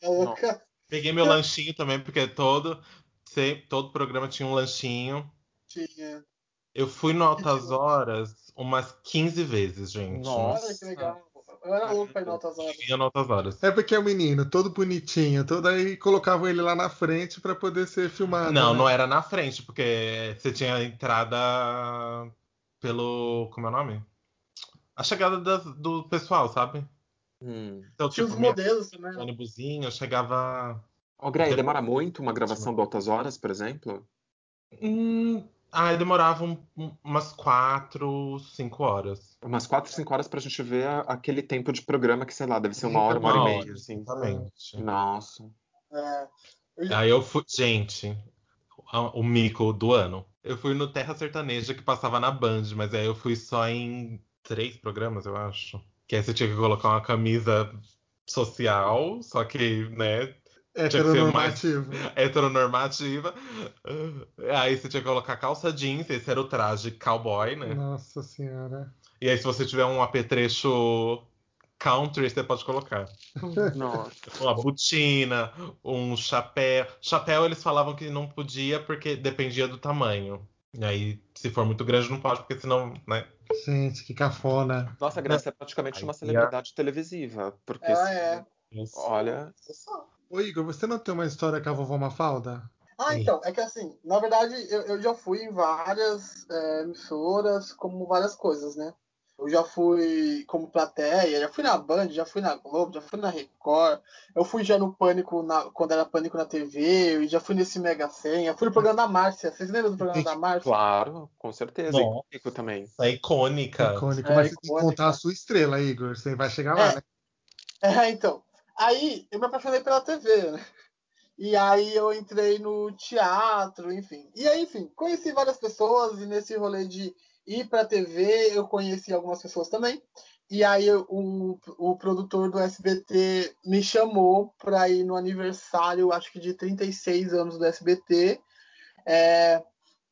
Speaker 3: louca.
Speaker 1: Peguei meu lanchinho também, porque todo, sempre, todo programa tinha um lanchinho.
Speaker 3: Tinha.
Speaker 1: Eu fui no Altas Horas umas 15 vezes, gente.
Speaker 4: Nossa.
Speaker 3: Olha que legal. Eu era louco pra ir em altas horas.
Speaker 1: Vivia no Altas Horas.
Speaker 2: É porque é o menino, todo bonitinho, todo aí colocavam ele lá na frente pra poder ser filmado.
Speaker 1: Não,
Speaker 2: né?
Speaker 1: não era na frente, porque você tinha a entrada pelo. Como é o nome? A chegada das- do pessoal, sabe?
Speaker 4: Hum.
Speaker 1: Então,
Speaker 3: Tinha os
Speaker 1: tipo, meu
Speaker 3: modelos também. né?
Speaker 1: ônibusinho, eu chegava.
Speaker 4: Ô, Grey, demora muito uma gravação do Altas Horas, por exemplo?
Speaker 1: Hum, ah, demorava um- um- umas 4, 5 horas.
Speaker 4: Umas quatro, cinco horas pra gente ver a- aquele tempo de programa que, sei lá, deve ser uma
Speaker 2: Então,
Speaker 4: hora, uma hora e
Speaker 1: uma
Speaker 4: meia,
Speaker 1: hora,
Speaker 4: assim.
Speaker 1: Exatamente.
Speaker 4: Nossa.
Speaker 3: É.
Speaker 1: Aí eu fui. Gente, a- o mico do ano. Eu fui no Terra Sertaneja que passava na Band, mas aí eu fui só em três programas, eu acho. Que aí você tinha que colocar uma camisa social, só que, né,
Speaker 2: Heteronormativo.
Speaker 1: heteronormativa. Aí você tinha que colocar calça jeans, esse era o traje cowboy,
Speaker 4: É.
Speaker 1: né?
Speaker 2: Nossa senhora.
Speaker 1: E aí se você tiver um apetrecho country, você pode colocar.
Speaker 4: Nossa.
Speaker 1: Uma botina, um chapéu. Chapéu eles falavam que não podia porque dependia do tamanho. E aí, se for muito grande, não pode, porque senão, né?
Speaker 2: Gente, que cafona.
Speaker 4: Nossa, Grace é praticamente uma
Speaker 1: Aí,
Speaker 4: celebridade televisiva. Porque,
Speaker 3: Ela
Speaker 4: assim,
Speaker 3: é.
Speaker 4: olha,
Speaker 2: Ô Igor, você não tem uma história com a vovó Mafalda?
Speaker 3: Ah, então, é que assim, na verdade, eu, eu já fui em várias é, emissoras, como várias coisas, né? Eu já fui como plateia, já fui na Band, já fui na Globo, já fui na Record, eu fui já no Pânico, na- quando era Pânico na TV, eu já fui nesse Mega Senha, fui no programa da Márcia, vocês lembram do programa da Márcia?
Speaker 4: claro, com certeza. E
Speaker 1: Nossa.
Speaker 4: Kiko também.
Speaker 1: É icônica.
Speaker 2: Icônico,
Speaker 3: É,
Speaker 2: mas você tem que
Speaker 3: icônico.
Speaker 2: contar a sua estrela, Igor. Você vai chegar lá,
Speaker 3: É.
Speaker 2: né?
Speaker 3: É, então. Aí eu me apaixonei pela TV, né? E aí eu entrei no teatro, enfim. E aí, enfim, conheci várias pessoas e nesse rolê de ir pra TV, eu conheci algumas pessoas também. E aí eu- o, o produtor do SBT me chamou pra ir no aniversário, acho que de 36 anos do SBT, é,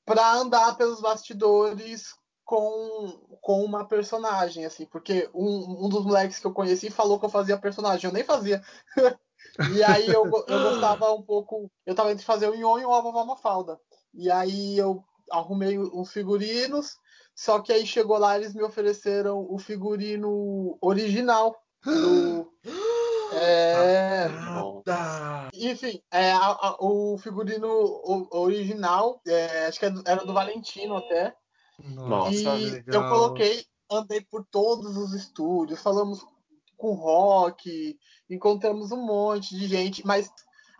Speaker 3: para andar pelos bastidores com, com uma personagem, assim, porque um, um dos moleques que eu conheci falou que eu fazia personagem, eu nem fazia. e aí eu, go- eu gostava um pouco, eu tava entre fazer o Nhonho ou a Vovó Mafalda. E aí eu arrumei uns figurinos, só que aí chegou lá eles me ofereceram o figurino original do... É,
Speaker 4: Tá
Speaker 1: Nada!
Speaker 3: enfim, é, a- a- o figurino o- original, é, acho que era do- era do Valentino até.
Speaker 4: Nossa,
Speaker 3: e
Speaker 2: legal.
Speaker 3: eu coloquei, andei por todos os estúdios, falamos com rock, encontramos um monte de gente, mas.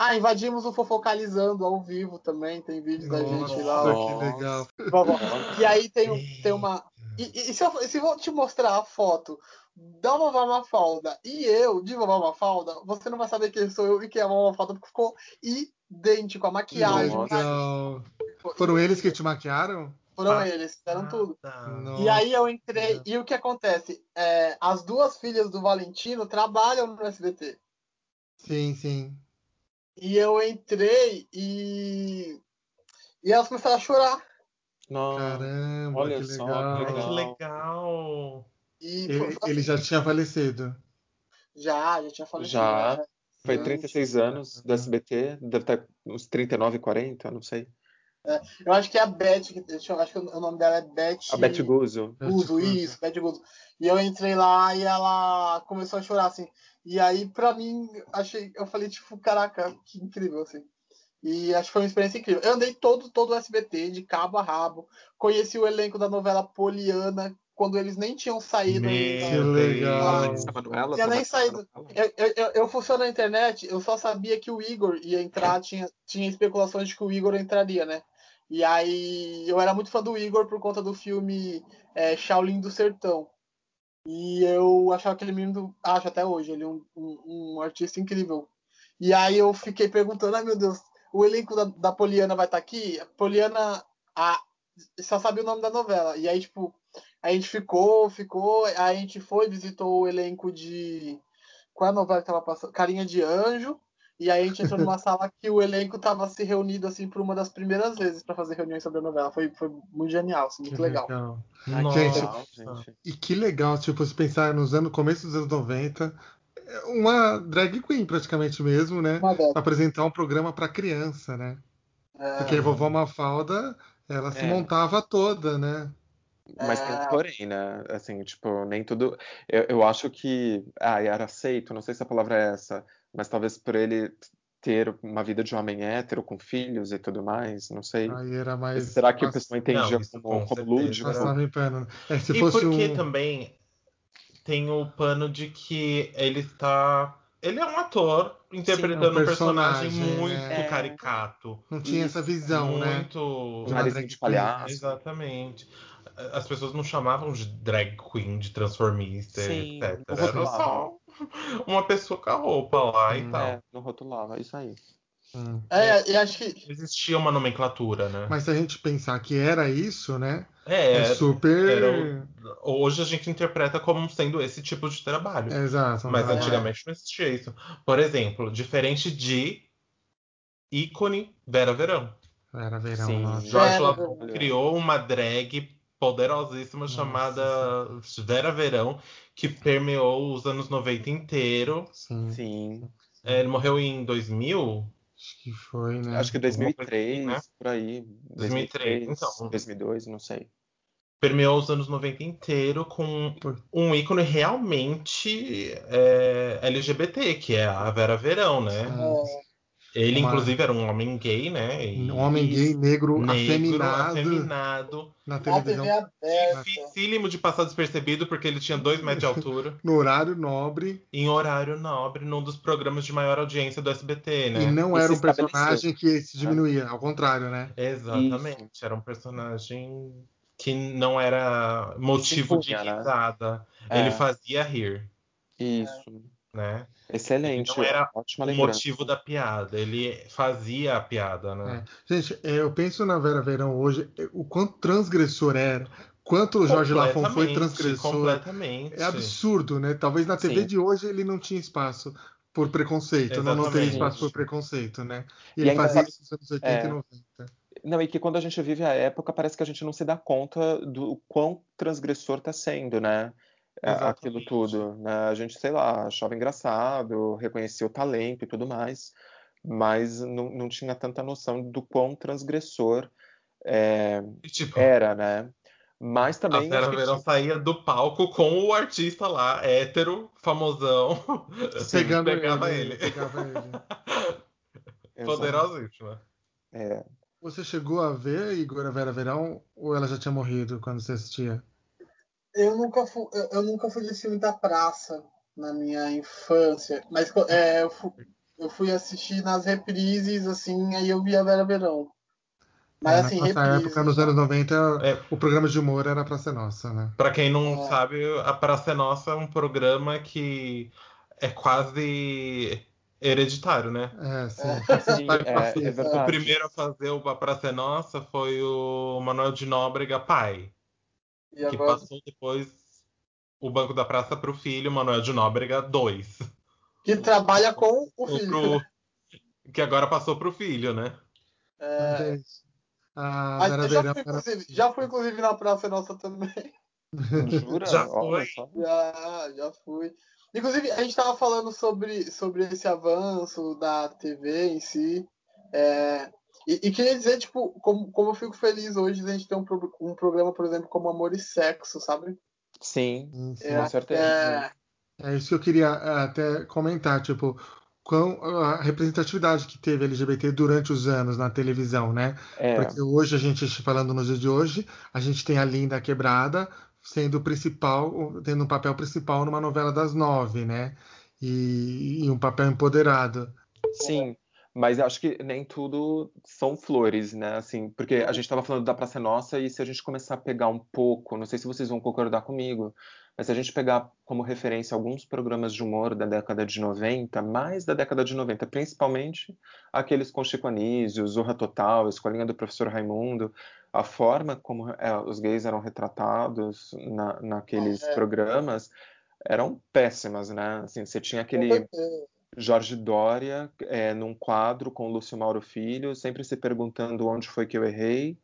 Speaker 3: Ah, invadimos o Fofocalizando ao vivo também, tem vídeos da gente lá.
Speaker 2: Nossa, que legal.
Speaker 3: Vovó. E aí tem, um- tem uma. E, e- e se, eu, se eu te mostrar a foto da Vovó Mafalda e eu, de Vovó Mafalda, você não vai saber quem sou eu e quem é a Vovó Mafalda, porque ficou idêntico a maquiagem.
Speaker 4: Nossa.
Speaker 3: mas
Speaker 2: Legal. Foram eles que Ah. te maquiaram?
Speaker 3: Foram eles, fizeram tudo.
Speaker 2: tá.
Speaker 1: Não.
Speaker 3: E aí eu entrei,
Speaker 2: Nossa.
Speaker 3: e o que acontece? É, as duas filhas do Valentino trabalham no SBT.
Speaker 2: Sim, sim.
Speaker 3: E eu entrei e. E elas começaram a chorar.
Speaker 4: Nossa.
Speaker 2: Caramba,
Speaker 4: Ah, Olha
Speaker 2: que
Speaker 4: só,
Speaker 2: legal.
Speaker 1: Ai, que
Speaker 4: Legal.
Speaker 1: legal.
Speaker 3: E foi-
Speaker 2: Ele,
Speaker 3: foi- assim,
Speaker 2: ele já tinha falecido.
Speaker 3: já, já tinha falecido.
Speaker 4: Já.
Speaker 3: né?
Speaker 4: Foi
Speaker 3: Sim.
Speaker 4: 36 anos do SBT, deve estar uns 39, 40, não sei.
Speaker 3: Eu acho que é a Beth, que, deixa eu, acho que o nome dela é Beth.
Speaker 4: A Beth Guzzo.
Speaker 3: Guzo, isso, Bad Guzo. E eu entrei lá e ela começou a chorar, assim. E aí, pra mim, achei, eu falei, tipo, caraca, que incrível, assim. E acho que foi uma experiência incrível. Eu andei todo, todo o SBT, de cabo a rabo. Conheci o elenco da novela Poliana, quando eles nem tinham saído
Speaker 2: Que
Speaker 3: ainda.
Speaker 1: Meu
Speaker 2: legal.
Speaker 1: Deus.
Speaker 4: Essa Manuela,
Speaker 3: Tinha
Speaker 4: como é
Speaker 3: nem
Speaker 4: que ela
Speaker 3: saído.
Speaker 4: fala?
Speaker 3: Eu, eu, eu, eu funciono na internet, eu só sabia que o Igor ia entrar, tinha, tinha especulações de que o Igor entraria, né? E aí eu era muito fã do Igor por conta do filme é, Shaolin do Sertão. E eu achava aquele menino, acho até hoje, ele é um, um, um artista incrível. E aí eu fiquei perguntando, ai meu Deus, o elenco da, da Poliana vai estar aqui? A Poliana a, só sabia o nome da novela. E aí, tipo, a gente ficou, ficou, a gente foi, visitou o elenco de qual é a novela que tava passando? Carinha de Anjo. E aí a gente entrou numa sala que o elenco tava se reunido assim por uma das primeiras vezes para fazer reuniões sobre a novela. Foi, foi muito genial, assim,
Speaker 2: Uhum.
Speaker 3: muito legal.
Speaker 4: Ai, que
Speaker 2: Gente,
Speaker 4: legal, gente.
Speaker 2: E que legal, tipo, se pensar nos anos, começo dos anos 90, é uma drag queen praticamente mesmo, né?
Speaker 3: Uma dessa.
Speaker 2: Apresentar um programa pra criança, né?
Speaker 3: É,
Speaker 2: Porque a vovó Mafalda, ela se
Speaker 4: É.
Speaker 2: montava toda, né?
Speaker 4: Mas tem
Speaker 3: Ah.
Speaker 4: um porém, né? Assim, tipo, nem tudo. Eu, eu acho que. Ah, era aceito, não sei se a palavra é essa, mas talvez por ele ter uma vida de homem hétero, com filhos e tudo mais, não sei.
Speaker 2: Aí era mais.
Speaker 4: Será que o
Speaker 2: passa-
Speaker 4: pessoal entendia
Speaker 1: Não, isso
Speaker 4: como,
Speaker 1: com
Speaker 4: como
Speaker 1: certeza.
Speaker 4: lúdico?
Speaker 2: Passava em pano. É, se
Speaker 1: e
Speaker 2: fosse
Speaker 1: porque
Speaker 2: um.
Speaker 1: também tem o pano de que ele está. Ele é um ator interpretando
Speaker 2: Sim, é um
Speaker 1: um personagem,
Speaker 2: personagem,
Speaker 1: muito
Speaker 2: né?
Speaker 4: É.
Speaker 1: caricato.
Speaker 2: Não tinha essa visão, né?
Speaker 1: muito.
Speaker 2: De uma
Speaker 4: Narizinho
Speaker 2: drag
Speaker 4: um de
Speaker 2: queen.
Speaker 4: palhaço.
Speaker 1: Exatamente. As pessoas não chamavam de drag queen, de transformista,
Speaker 4: Sim,
Speaker 1: etc.
Speaker 4: não
Speaker 1: Era só uma pessoa com a roupa lá
Speaker 2: Hum,
Speaker 1: e tal.
Speaker 4: É, não rotulava, isso aí.
Speaker 2: Hum.
Speaker 3: é, e acho que
Speaker 1: Não existia uma nomenclatura, né?
Speaker 2: Mas se a gente pensar que era isso, né?
Speaker 1: é,
Speaker 2: É, super.
Speaker 1: era o- hoje a gente interpreta como sendo esse tipo de trabalho.
Speaker 2: É, exato.
Speaker 1: Mas
Speaker 2: não, é.
Speaker 1: antigamente não existia isso. Por exemplo, diferente de ícone Vera Verão.
Speaker 2: Era verão,
Speaker 4: Sim.
Speaker 2: nossa.
Speaker 1: Jorge
Speaker 3: Vera
Speaker 1: Lavon
Speaker 4: Verão.
Speaker 1: criou uma drag poderosíssima
Speaker 2: Nossa
Speaker 1: chamada Vera Verão, que permeou os anos 90 inteiro.
Speaker 2: Sim.
Speaker 4: Sim.
Speaker 1: É, Ele morreu em 2000?
Speaker 2: Acho que foi, né?
Speaker 4: Acho que
Speaker 1: Alguma É, coisa
Speaker 4: 2003,
Speaker 1: assim, né?
Speaker 4: por aí.
Speaker 1: 2003, então.
Speaker 4: 2002, não sei.
Speaker 1: Permeou os anos 90 inteiro com
Speaker 2: Foi.
Speaker 1: um ícone realmente é, LGBT, que é a Vera Verão,
Speaker 3: é,
Speaker 1: né?
Speaker 2: Sim.
Speaker 1: Ele,
Speaker 2: Uma-
Speaker 1: inclusive, era um homem gay, né? E-
Speaker 2: Um homem gay, negro,
Speaker 1: negro,
Speaker 2: afeminado,
Speaker 1: afeminado.
Speaker 2: na
Speaker 3: na
Speaker 2: televisão,
Speaker 3: TV é aberta.
Speaker 1: Dificílimo de passar despercebido, porque ele tinha dois metros de altura,
Speaker 2: no horário nobre,
Speaker 1: em horário nobre, num dos programas de maior audiência do SBT, né?
Speaker 2: e não
Speaker 4: É. E
Speaker 2: era
Speaker 4: se
Speaker 2: um personagem que se
Speaker 4: né?
Speaker 2: diminuía, ao contrário, né?
Speaker 1: Exatamente. Era um personagem que não era motivo
Speaker 4: Se impunha,
Speaker 1: de
Speaker 4: né?
Speaker 1: risada.
Speaker 4: É,
Speaker 1: Ele fazia rir,
Speaker 4: Isso.
Speaker 1: né?
Speaker 4: Excelente.
Speaker 1: Não era um
Speaker 4: ótima
Speaker 1: o
Speaker 4: lembrança.
Speaker 1: motivo da piada. Ele fazia a piada, né?
Speaker 2: Gente, é, eu penso na Vera Verão hoje, é, o quanto transgressor era, quanto o Jorge Lafon foi
Speaker 1: Completamente,
Speaker 2: transgressor.
Speaker 1: Completamente.
Speaker 2: É absurdo, né? Talvez na TV
Speaker 4: Sim.
Speaker 2: de hoje ele não tinha espaço por preconceito, não, não teria
Speaker 1: Exatamente.
Speaker 2: espaço por preconceito, né? E
Speaker 4: E
Speaker 2: ele
Speaker 4: ainda
Speaker 2: fazia
Speaker 4: sabe-
Speaker 2: isso nos anos 80
Speaker 4: é.
Speaker 2: e 90.
Speaker 4: Não, e que quando a gente vive a época, parece que a gente não se dá conta do quão transgressor tá sendo, né? É,
Speaker 1: Exatamente.
Speaker 4: Aquilo tudo, né? A gente, sei lá, achava engraçado, reconhecia o talento e tudo mais, mas não, não tinha tanta noção do quão transgressor é,
Speaker 1: E, tipo,
Speaker 4: era, né? Mas
Speaker 1: A
Speaker 4: também
Speaker 1: Vera
Speaker 4: acho que
Speaker 1: Tá Verão saía do palco com o artista lá, hétero, famosão.
Speaker 2: Pegando
Speaker 1: pegava ele.
Speaker 2: né? Pegava ele.
Speaker 4: tinha-
Speaker 1: Poderosíssima.
Speaker 4: É,
Speaker 2: Você chegou a ver Igor a Vera Verão ou ela já tinha morrido quando você assistia?
Speaker 3: Eu nunca fui, eu, eu nunca fui desse filme da praça na minha infância, mas é, eu, fui, eu fui assistir nas reprises, assim, aí eu vi a Vera Verão. Mas assim,
Speaker 2: Nessa
Speaker 3: reprise.
Speaker 2: É, época, nos anos 90,
Speaker 1: É.
Speaker 2: o programa de humor era pra ser nossa, né?
Speaker 1: Pra quem não
Speaker 3: É.
Speaker 1: sabe, a Praça é Nossa é um programa que é quase hereditário, né?
Speaker 2: É, sim.
Speaker 4: Sim, é,
Speaker 1: Tá
Speaker 4: é
Speaker 1: O
Speaker 4: verdade.
Speaker 1: primeiro a fazer o A Praça é Nossa foi o Manuel de Nóbrega pai,
Speaker 3: E
Speaker 1: que
Speaker 3: agora,
Speaker 1: passou depois o Banco da Praça pro filho, Manuel de Nóbrega 2.
Speaker 3: que trabalha com o
Speaker 1: Ou
Speaker 3: filho.
Speaker 1: pro- Que agora passou pro filho, né?
Speaker 3: É,
Speaker 2: Gente, A
Speaker 3: mas
Speaker 2: Vera
Speaker 3: eu já
Speaker 2: Verão
Speaker 3: fui,
Speaker 2: era-
Speaker 3: inclusive, já fui, inclusive, na Praça Nossa também.
Speaker 4: Jura?
Speaker 1: Já foi.
Speaker 4: Olha só.
Speaker 3: Já, já fui. Inclusive, a gente estava falando sobre, sobre esse avanço da TV em si. é, e, e queria dizer, tipo, como, como eu fico feliz hoje de a gente ter um, pro- um programa, por exemplo, como Amor e Sexo, sabe?
Speaker 4: Sim,
Speaker 2: Sim, sim.
Speaker 4: com certeza.
Speaker 3: É,
Speaker 2: É isso que eu queria eh, até comentar, tipo, quão a representatividade que teve LGBT durante os anos na televisão, né?
Speaker 4: É,
Speaker 2: Porque hoje a gente, falando nos dias de hoje, a gente tem a Linda Quebrada sendo o principal, tendo um papel principal numa novela das nove, né? E, e um papel empoderado.
Speaker 4: sim. Mas acho que nem tudo são flores, né? Assim, porque a gente estava falando da Praça é Nossa e se a gente começar a pegar um pouco, não sei se vocês vão concordar comigo, mas se a gente pegar como referência alguns programas de humor da década de 90, mais da década de 90, principalmente aqueles com Chico Anísio, Zorra Total, Escolinha do Professor Raimundo, a forma como é, os gays eram retratados na, naqueles
Speaker 3: É.
Speaker 4: programas eram péssimas, né? Assim, você tinha
Speaker 3: com
Speaker 4: aquele
Speaker 3: certeza.
Speaker 4: Jorge Dória é, num quadro com o Lúcio Mauro Filho, sempre se perguntando onde foi que eu errei,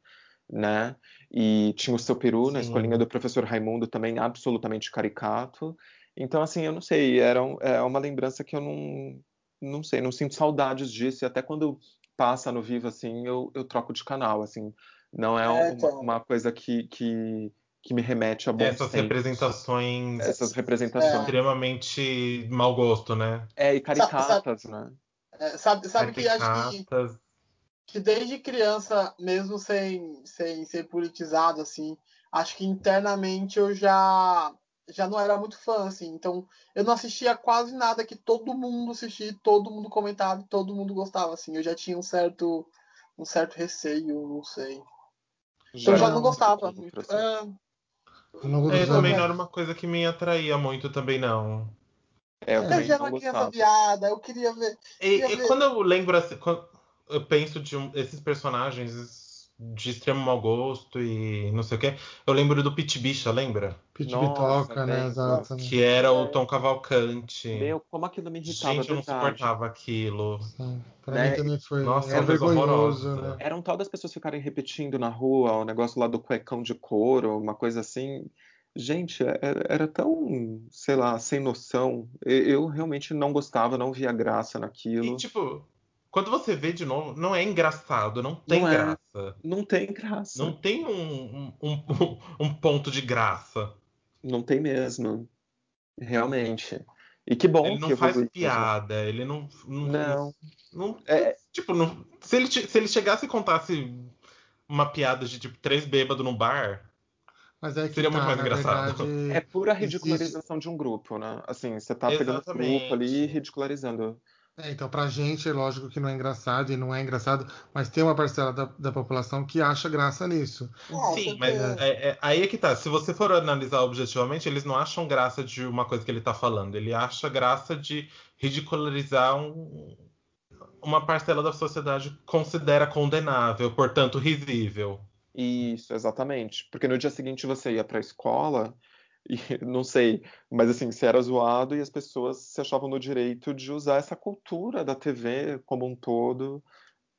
Speaker 4: né? E tinha o seu peru na
Speaker 1: Sim.
Speaker 4: escolinha do professor Raimundo também, absolutamente caricato. Então, assim, eu não sei, era um- é uma lembrança que eu não, não sei, não sinto saudades disso. E até quando passa no vivo, assim, eu, eu troco de canal, assim. Não é,
Speaker 3: É,
Speaker 4: uma,
Speaker 3: então.
Speaker 4: uma coisa que, que, que me remete a bons
Speaker 1: Essas
Speaker 4: tempos.
Speaker 1: representações É.
Speaker 4: Essas representações.
Speaker 1: extremamente mau gosto, né?
Speaker 4: É, e caricatas, né?
Speaker 3: É, sabe, sabe que acho que
Speaker 1: Caricatas.
Speaker 3: que desde criança, mesmo sem, sem ser politizado, assim, acho que internamente eu já já não era muito fã, assim, então eu não assistia quase nada que todo mundo assistia, e todo mundo comentava, e todo mundo gostava, assim, eu já tinha um certo um certo receio, não sei. eu já
Speaker 4: era
Speaker 3: não
Speaker 4: um
Speaker 3: gostava.
Speaker 4: outro,
Speaker 3: muito.
Speaker 4: assim.
Speaker 3: É,
Speaker 2: Ao longo
Speaker 1: É,
Speaker 2: dos
Speaker 1: também
Speaker 2: anos.
Speaker 1: não era uma coisa que me atraía muito também, não.
Speaker 4: É, eu
Speaker 2: Eu
Speaker 3: eu
Speaker 4: também
Speaker 3: já
Speaker 4: não
Speaker 3: era uma criança
Speaker 4: gostava.
Speaker 3: viada, eu queria ver.
Speaker 1: E,
Speaker 3: Queria
Speaker 1: e
Speaker 3: ver-
Speaker 1: quando eu lembro assim, quando eu penso de um- esses personagens de extremo mau gosto e não sei o quê, eu lembro do Pit Bicha, lembra?
Speaker 2: Pit
Speaker 4: Nossa,
Speaker 2: Bitoca, né?
Speaker 4: bem,
Speaker 2: Exato.
Speaker 1: Que
Speaker 4: Uhum.
Speaker 1: era o
Speaker 3: É.
Speaker 1: Tom Cavalcante.
Speaker 4: Meu, como aquilo me irritava,
Speaker 1: Gente, eu não
Speaker 4: verdade.
Speaker 1: suportava aquilo.
Speaker 2: Sim. Pra
Speaker 4: Né?
Speaker 2: mim também foi.
Speaker 1: Nossa,
Speaker 2: é
Speaker 1: uma coisa
Speaker 2: vergonhoso,
Speaker 1: horrorosa.
Speaker 2: né?
Speaker 4: Era um tal das pessoas ficarem repetindo na rua o negócio lá do cuecão de couro, uma coisa assim. Gente, é- era, tão, sei lá, sem noção. E- Eu realmente não gostava, não via graça naquilo.
Speaker 1: E tipo, quando você vê de novo, não é engraçado, não tem
Speaker 4: Não é.
Speaker 1: graça.
Speaker 4: Não tem graça.
Speaker 1: Não
Speaker 4: Não,
Speaker 1: tem um, um, um- um ponto de graça.
Speaker 4: tem mesmo. Realmente. E que bom
Speaker 1: Ele
Speaker 4: que
Speaker 1: não
Speaker 4: eu
Speaker 1: faz
Speaker 4: vou-
Speaker 1: piada, ele não. Não.
Speaker 4: Não.
Speaker 1: não-
Speaker 4: É-
Speaker 1: Tipo, não- se, ele, te- se ele chegasse e contasse uma piada de tipo três bêbados num bar,
Speaker 2: Mas é que
Speaker 1: Seria muito
Speaker 2: tá,
Speaker 1: mais
Speaker 2: na
Speaker 1: engraçado.
Speaker 2: verdade.
Speaker 4: É pura
Speaker 2: Existe-
Speaker 4: ridicularização de um grupo, né? Assim, você tá pegando um grupo
Speaker 1: Exatamente.
Speaker 4: ali e ridicularizando.
Speaker 2: É, então, pra gente, é lógico que não é engraçado e não é engraçado, mas tem uma parcela da, da população que acha graça nisso.
Speaker 3: Ah,
Speaker 1: Sim,
Speaker 3: com
Speaker 1: mas
Speaker 3: certeza.
Speaker 1: é- é- aí é que tá. Se você for analisar objetivamente, eles não acham graça de uma coisa que ele tá falando. Ele acha graça de ridicularizar um- uma parcela da sociedade que considera condenável, portanto risível.
Speaker 4: Isso, exatamente. Porque no dia seguinte você ia pra escola e não sei, mas assim, você era zoado e as pessoas se achavam no direito de usar essa cultura da TV como um todo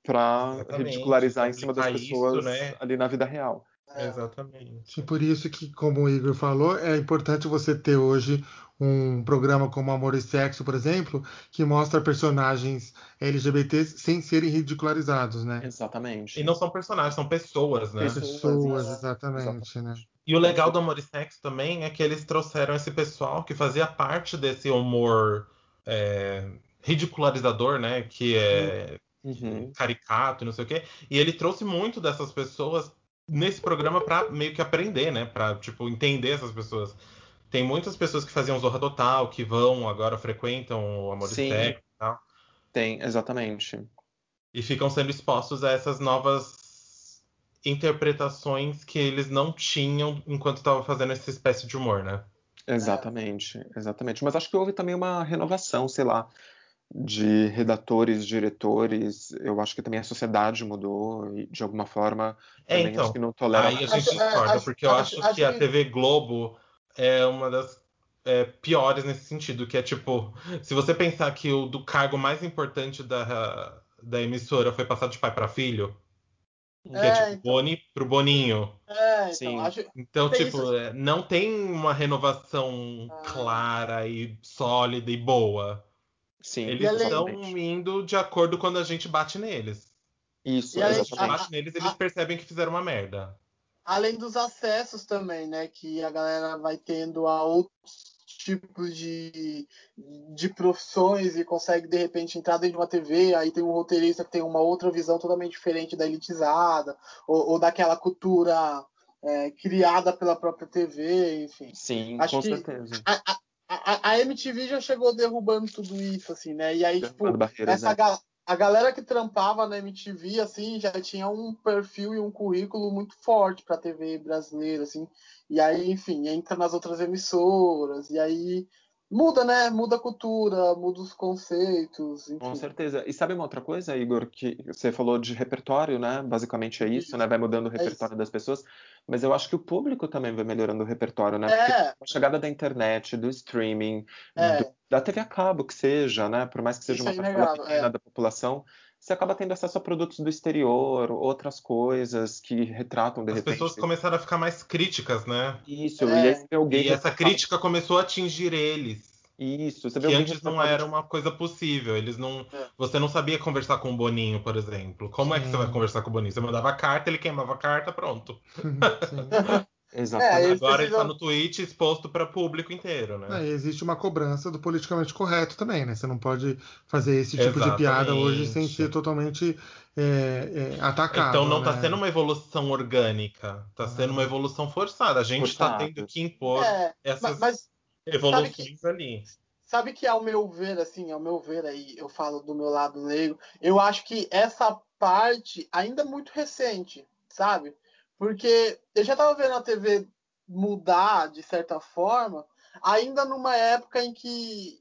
Speaker 4: pra
Speaker 1: Exatamente,
Speaker 4: ridicularizar em cima das
Speaker 1: aplicar isso,
Speaker 4: pessoas
Speaker 1: né?
Speaker 4: ali na vida real.
Speaker 3: É.
Speaker 1: Exatamente.
Speaker 2: E por isso que, como o Igor falou, é importante você ter hoje um programa como Amor e Sexo, por exemplo, que mostra personagens LGBTs sem serem ridicularizados, né?
Speaker 4: Exatamente.
Speaker 1: E não são personagens, são pessoas, né?
Speaker 4: Pessoas.
Speaker 2: Pessoas,
Speaker 3: né?
Speaker 2: exatamente, né?
Speaker 1: E o legal do Amor e Sexo também é que eles trouxeram esse pessoal que fazia parte desse humor é, ridicularizador, né? Que é
Speaker 4: Uhum.
Speaker 1: caricato, não sei o quê. E ele trouxe muito dessas pessoas nesse programa pra meio que aprender, né? Pra, tipo, entender essas pessoas. Tem muitas pessoas que faziam Zorra Total, que vão agora, frequentam o Amor
Speaker 4: Sim.
Speaker 1: e Sexo e tal.
Speaker 4: Tem, exatamente.
Speaker 1: E ficam sendo expostos a essas novas interpretações que eles não tinham enquanto estavam fazendo essa espécie de humor, né?
Speaker 4: Exatamente, exatamente. Mas acho que houve também uma renovação, sei lá, de redatores, diretores. Eu acho que também a sociedade mudou e, de alguma forma,
Speaker 1: É,
Speaker 4: também
Speaker 1: então.
Speaker 4: acho que não tolera
Speaker 1: Aí a
Speaker 4: mais.
Speaker 1: gente
Speaker 3: Acho- é,
Speaker 1: discorda,
Speaker 3: acho-
Speaker 1: porque eu
Speaker 3: acho-
Speaker 1: acho,
Speaker 3: acho
Speaker 1: que a
Speaker 3: que-
Speaker 1: TV Globo é uma das é, piores nesse sentido, que é tipo, se você pensar que o do cargo mais importante da, da emissora foi passado de pai para filho, que é,
Speaker 3: É,
Speaker 1: tipo
Speaker 3: então.
Speaker 1: Boni pro Boninho.
Speaker 3: É, então,
Speaker 4: Sim.
Speaker 3: acho,
Speaker 1: Então,
Speaker 3: Tem
Speaker 1: tipo,
Speaker 3: isso.
Speaker 1: é, não tem uma renovação
Speaker 3: Ah.
Speaker 1: clara e sólida e boa.
Speaker 4: Sim,
Speaker 1: Eles
Speaker 3: além- um
Speaker 1: estão
Speaker 4: exatamente.
Speaker 1: indo é de acordo quando a gente bate neles.
Speaker 4: Isso,
Speaker 3: E além-
Speaker 1: Quando a gente
Speaker 4: exatamente.
Speaker 1: bate neles, eles
Speaker 3: Ah.
Speaker 1: percebem que fizeram uma merda.
Speaker 3: Além dos acessos também, né? Que a galera vai tendo a outros tipos de, de profissões e consegue, de repente, entrar dentro de uma TV, aí tem um roteirista que tem uma outra visão totalmente diferente da elitizada, ou, ou daquela cultura é, criada pela própria TV, enfim.
Speaker 4: Sim,
Speaker 3: Acho
Speaker 4: com
Speaker 3: que-
Speaker 4: certeza.
Speaker 3: A, a- a MTV já chegou derrubando tudo isso, assim, né? E aí, tipo,
Speaker 4: Fernando Barreiras,
Speaker 3: essa
Speaker 4: né?
Speaker 3: ga- a galera que trampava na MTV assim já tinha um perfil e um currículo muito forte para TV brasileira assim e aí enfim entra nas outras emissoras e aí muda né muda a cultura muda os conceitos enfim.
Speaker 4: Com certeza. E sabe uma outra coisa, Igor, que você falou de repertório, né? Basicamente é isso, né? Vai mudando o repertório das pessoas. Mas eu acho que o público também vai melhorando o repertório, né? Porque
Speaker 3: é
Speaker 4: com a chegada da internet, do streaming,
Speaker 3: É.
Speaker 4: do- da TV a cabo que seja, né? Por mais que seja
Speaker 3: Isso
Speaker 4: uma
Speaker 3: é
Speaker 4: parcela
Speaker 3: inegável,
Speaker 4: pequena
Speaker 3: é.
Speaker 4: da população, você acaba tendo acesso a produtos do exterior, outras coisas que retratam de
Speaker 1: As
Speaker 4: repente.
Speaker 1: pessoas começaram a ficar mais críticas, né?
Speaker 4: Isso,
Speaker 3: É.
Speaker 4: e aí você vê alguém
Speaker 1: E essa
Speaker 4: retratado-
Speaker 1: crítica começou a atingir eles.
Speaker 4: Isso, você vê
Speaker 1: Que
Speaker 4: alguém tá
Speaker 1: antes não
Speaker 4: retratado
Speaker 1: era uma coisa possível. Eles não.
Speaker 3: É.
Speaker 1: Você não sabia conversar com o Boninho, por exemplo. Como é que você
Speaker 2: Sim.
Speaker 1: vai conversar com o Boninho? Você mandava carta, ele queimava a carta, pronto.
Speaker 2: Sim.
Speaker 4: Exatamente.
Speaker 3: Eles
Speaker 1: Agora ele tá
Speaker 3: precisam-
Speaker 1: no Twitch exposto para público inteiro, né?
Speaker 2: É, e existe uma cobrança do politicamente correto também, né? Você não pode fazer esse tipo de piada hoje sem
Speaker 1: Exatamente.
Speaker 2: ser totalmente é, é, atacado.
Speaker 1: Então não tá
Speaker 2: né?
Speaker 1: sendo uma evolução orgânica, tá sendo uma evolução forçada. A gente tá
Speaker 4: Forçada.
Speaker 1: tendo que impor
Speaker 3: é
Speaker 1: essas
Speaker 3: mas, mas
Speaker 1: evoluções ali.
Speaker 3: Sabe que ao meu ver, assim, ao meu ver aí, eu falo do meu lado negro, eu acho que essa parte ainda é muito recente, sabe? Porque eu já tava vendo a TV mudar de certa forma, ainda numa época em que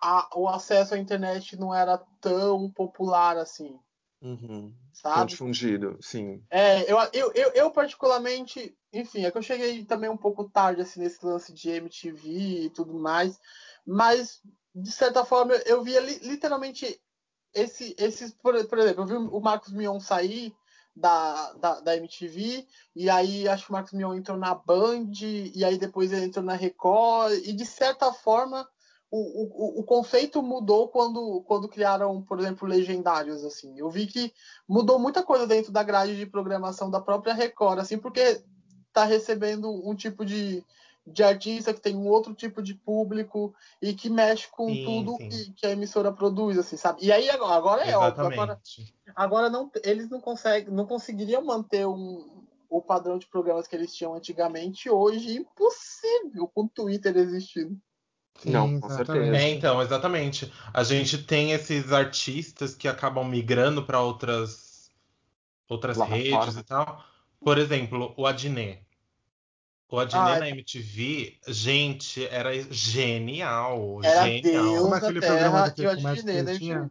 Speaker 3: a- o acesso à internet não era tão popular assim,
Speaker 4: Uhum. Tão
Speaker 3: sabe?
Speaker 4: difundido, sim.
Speaker 3: É, eu, eu, eu, eu particularmente, enfim, é que eu cheguei também um pouco tarde assim, nesse lance de MTV e tudo mais, mas de certa forma eu, eu via li- literalmente esse, esses, por, por exemplo, eu vi o Marcos Mion sair da, da, da MTV, e aí acho que o Marcos Mion entrou na Band, e aí depois ele entrou na Record, e de certa forma o, o, o conceito mudou quando, quando criaram, por exemplo, legendários, assim. Eu vi que mudou muita coisa dentro da grade de programação da própria Record, assim, porque tá recebendo um tipo de, de artista que tem um outro tipo de público e que mexe com
Speaker 1: Sim,
Speaker 3: tudo
Speaker 1: sim.
Speaker 3: Que, que a emissora produz, assim, sabe? E aí agora, agora é óbvio, agora,
Speaker 1: Exatamente.
Speaker 3: agora não, eles não conseguem, não conseguiriam manter um, o padrão de programas que eles tinham antigamente hoje, impossível com o Twitter existindo.
Speaker 2: Sim,
Speaker 4: Não, com
Speaker 2: exatamente.
Speaker 4: certeza.
Speaker 1: É, então, exatamente. A gente tem esses artistas que acabam migrando para outras outras
Speaker 4: Plataforma.
Speaker 1: redes e tal. Por exemplo, o Adnet. O Adnet
Speaker 3: Ah,
Speaker 1: na MTV, gente, era genial,
Speaker 3: Era
Speaker 1: genial.
Speaker 3: Deus.
Speaker 2: Como é aquele
Speaker 3: da
Speaker 2: programa
Speaker 3: Terra
Speaker 2: do que
Speaker 3: e o
Speaker 2: o Magic
Speaker 3: Adnet, né,
Speaker 2: que tinha?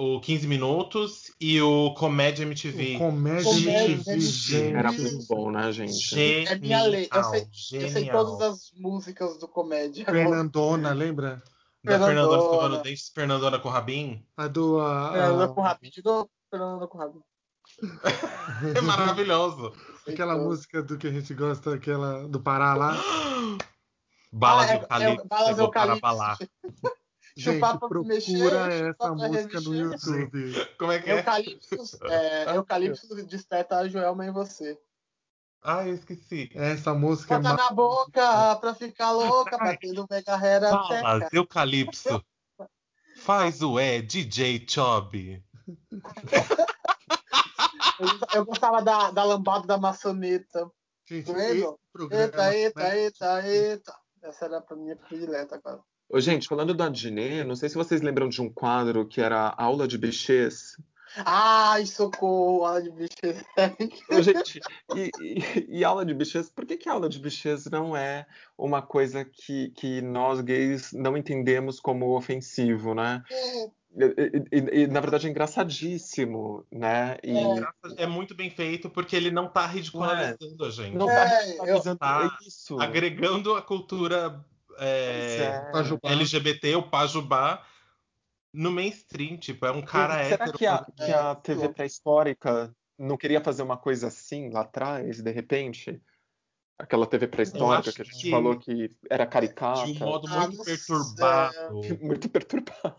Speaker 1: O 15 minutos e o Comédia MTV.
Speaker 2: O Comédia
Speaker 3: Comédia
Speaker 2: MTV,
Speaker 3: MTV.
Speaker 2: gente.
Speaker 4: Era muito bom, né, gente?
Speaker 1: Genial,
Speaker 3: É minha lei. Eu sei- Eu
Speaker 1: genial.
Speaker 3: sei todas as músicas do comédia.
Speaker 2: Fernandona, lembra?
Speaker 1: Da Fernandona
Speaker 3: Fernandona.
Speaker 1: escovando dentes, Fernandona com o Rabin.
Speaker 2: A do. A,
Speaker 3: Fernanda com
Speaker 2: a,
Speaker 3: Rabin, de novo, Fernanda com Rabin.
Speaker 1: É maravilhoso.
Speaker 2: aquela
Speaker 3: Então,
Speaker 2: música do que a gente gosta, aquela do Pará lá.
Speaker 1: Balas
Speaker 3: Ah, é-
Speaker 1: do Calipso,
Speaker 3: é o Balas
Speaker 1: eu vou
Speaker 3: do
Speaker 1: para
Speaker 3: Calypso.
Speaker 1: balar.
Speaker 2: Gente,
Speaker 3: Chupar pra
Speaker 2: procura
Speaker 3: mexer,
Speaker 2: essa
Speaker 3: chupar pra
Speaker 2: música no
Speaker 3: remexer.
Speaker 2: YouTube.
Speaker 1: Como é que é?
Speaker 3: Eucalipto, é, Eucalipto desperta a Joelma em você.
Speaker 1: Ah, eu esqueci.
Speaker 2: Essa música é
Speaker 3: Bota na boca pra ficar louca, batendo mega rera
Speaker 1: Balas do Calipso. Faz o E, DJ Chob.
Speaker 3: Eu gostava da, da lambada da maçaneta.
Speaker 2: Gente,
Speaker 3: Lembra?
Speaker 2: esse programa.
Speaker 3: Eita, eita,
Speaker 2: né?
Speaker 3: eita, eita. Essa era a minha predileta agora.
Speaker 4: Ô, gente, falando da Diné, não sei se vocês lembram de um quadro que era Aula de Bichês,
Speaker 3: Ai, socorro, aula de bichês.
Speaker 4: Gente, e, e- e aula de bichês, por que, que aula de bichês não é uma coisa que, que nós gays não entendemos como ofensivo, né? E, e- e, na verdade é engraçadíssimo, né? E
Speaker 1: É muito bem feito porque ele não tá ridicularizando a gente.
Speaker 4: não
Speaker 1: tá
Speaker 4: tá
Speaker 3: É,
Speaker 4: ridicularizando
Speaker 1: eu-
Speaker 4: isso.
Speaker 1: agregando a cultura é,
Speaker 4: Pois é.
Speaker 2: Pajubá.
Speaker 1: LGBT, o Pajubá, no mainstream. Tipo, é um cara
Speaker 4: Será
Speaker 1: hétero.
Speaker 4: que a,
Speaker 1: fazendo-
Speaker 4: que a TV pré-histórica não queria fazer uma coisa assim lá atrás, de repente? Aquela TV pré-histórica
Speaker 1: acho
Speaker 4: que a gente
Speaker 1: que-
Speaker 4: falou que era caricata.
Speaker 1: De um modo
Speaker 3: Ah,
Speaker 1: muito
Speaker 3: não sei.
Speaker 1: perturbado.
Speaker 4: Muito perturbado.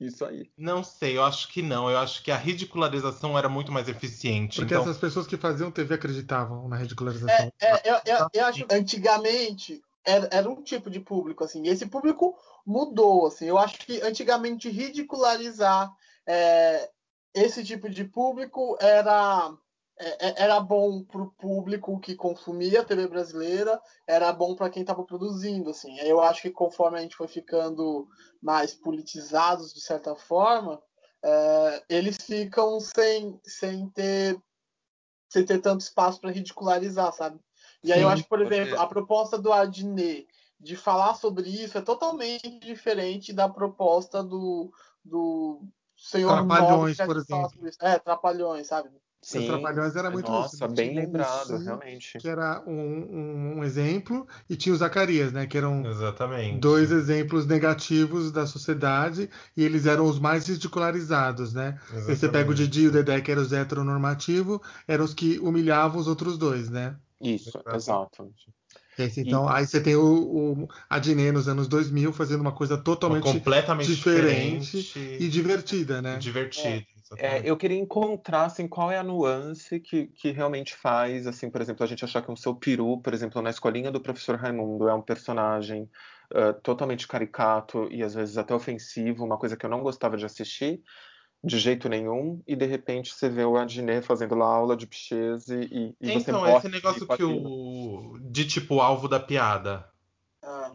Speaker 4: Isso aí.
Speaker 1: Não sei, eu acho que não. Eu acho que a ridicularização era muito mais eficiente.
Speaker 2: Porque
Speaker 1: então,
Speaker 2: essas pessoas que faziam TV acreditavam na ridicularização.
Speaker 3: É, é, eu, eu, eu acho que antigamente era, era um tipo de público, assim. e Esse público mudou, assim. Eu acho que antigamente ridicularizar é, esse tipo de público era, é, é- era bom para o público que consumia a TV brasileira, era bom para quem estava produzindo, assim. Eu acho que conforme a gente foi ficando mais politizados, de certa forma, é, eles ficam sem, sem ter sem ter tanto espaço para ridicularizar, sabe? E aí eu
Speaker 2: Sim,
Speaker 3: acho que, por
Speaker 4: pode
Speaker 3: exemplo,
Speaker 4: ser.
Speaker 3: a proposta do Adnet de falar sobre isso é totalmente diferente da proposta do, do senhor
Speaker 2: Trapalhões,
Speaker 3: Nobre, que
Speaker 2: por
Speaker 3: a gente fala
Speaker 2: exemplo.
Speaker 3: sobre isso. É, Trapalhões, sabe?
Speaker 2: Os Trapalhões era muito
Speaker 4: Nossa,
Speaker 2: isso,
Speaker 4: bem
Speaker 2: tinha um
Speaker 4: lembrado,
Speaker 2: ursinho
Speaker 4: realmente.
Speaker 2: Que era um, um- um exemplo, e tinha o Zacarias, né? Que eram
Speaker 1: exatamente.
Speaker 2: dois exemplos negativos da sociedade, e eles eram os mais ridicularizados, né? Aí Você pega o Didi e o Dedé, que eram os heteronormativos, eram os que humilhavam os outros dois, né?
Speaker 4: Isso,
Speaker 1: Exato.
Speaker 4: exato.
Speaker 2: Esse, então, aí você tem o, o Adnet nos anos 2000 fazendo uma coisa
Speaker 1: Uma
Speaker 2: totalmente
Speaker 1: completamente
Speaker 2: diferente
Speaker 1: diferente,
Speaker 2: e divertida, né?
Speaker 1: divertida.
Speaker 4: É,
Speaker 1: exatamente.
Speaker 4: eu queria encontrar assim, qual é a nuance que, que realmente faz, assim, por exemplo, a gente achar que um seu peru, por exemplo, na escolinha do professor Raimundo, é um personagem ah, totalmente caricato e às vezes até ofensivo, uma coisa que eu não gostava de assistir de jeito nenhum, e de repente você vê o Adnet fazendo lá aula de pichês e, e, e você
Speaker 1: Então,
Speaker 4: morre
Speaker 1: esse negócio
Speaker 4: com
Speaker 1: que
Speaker 4: aquilo.
Speaker 1: o. De tipo, alvo da piada.
Speaker 3: Ah,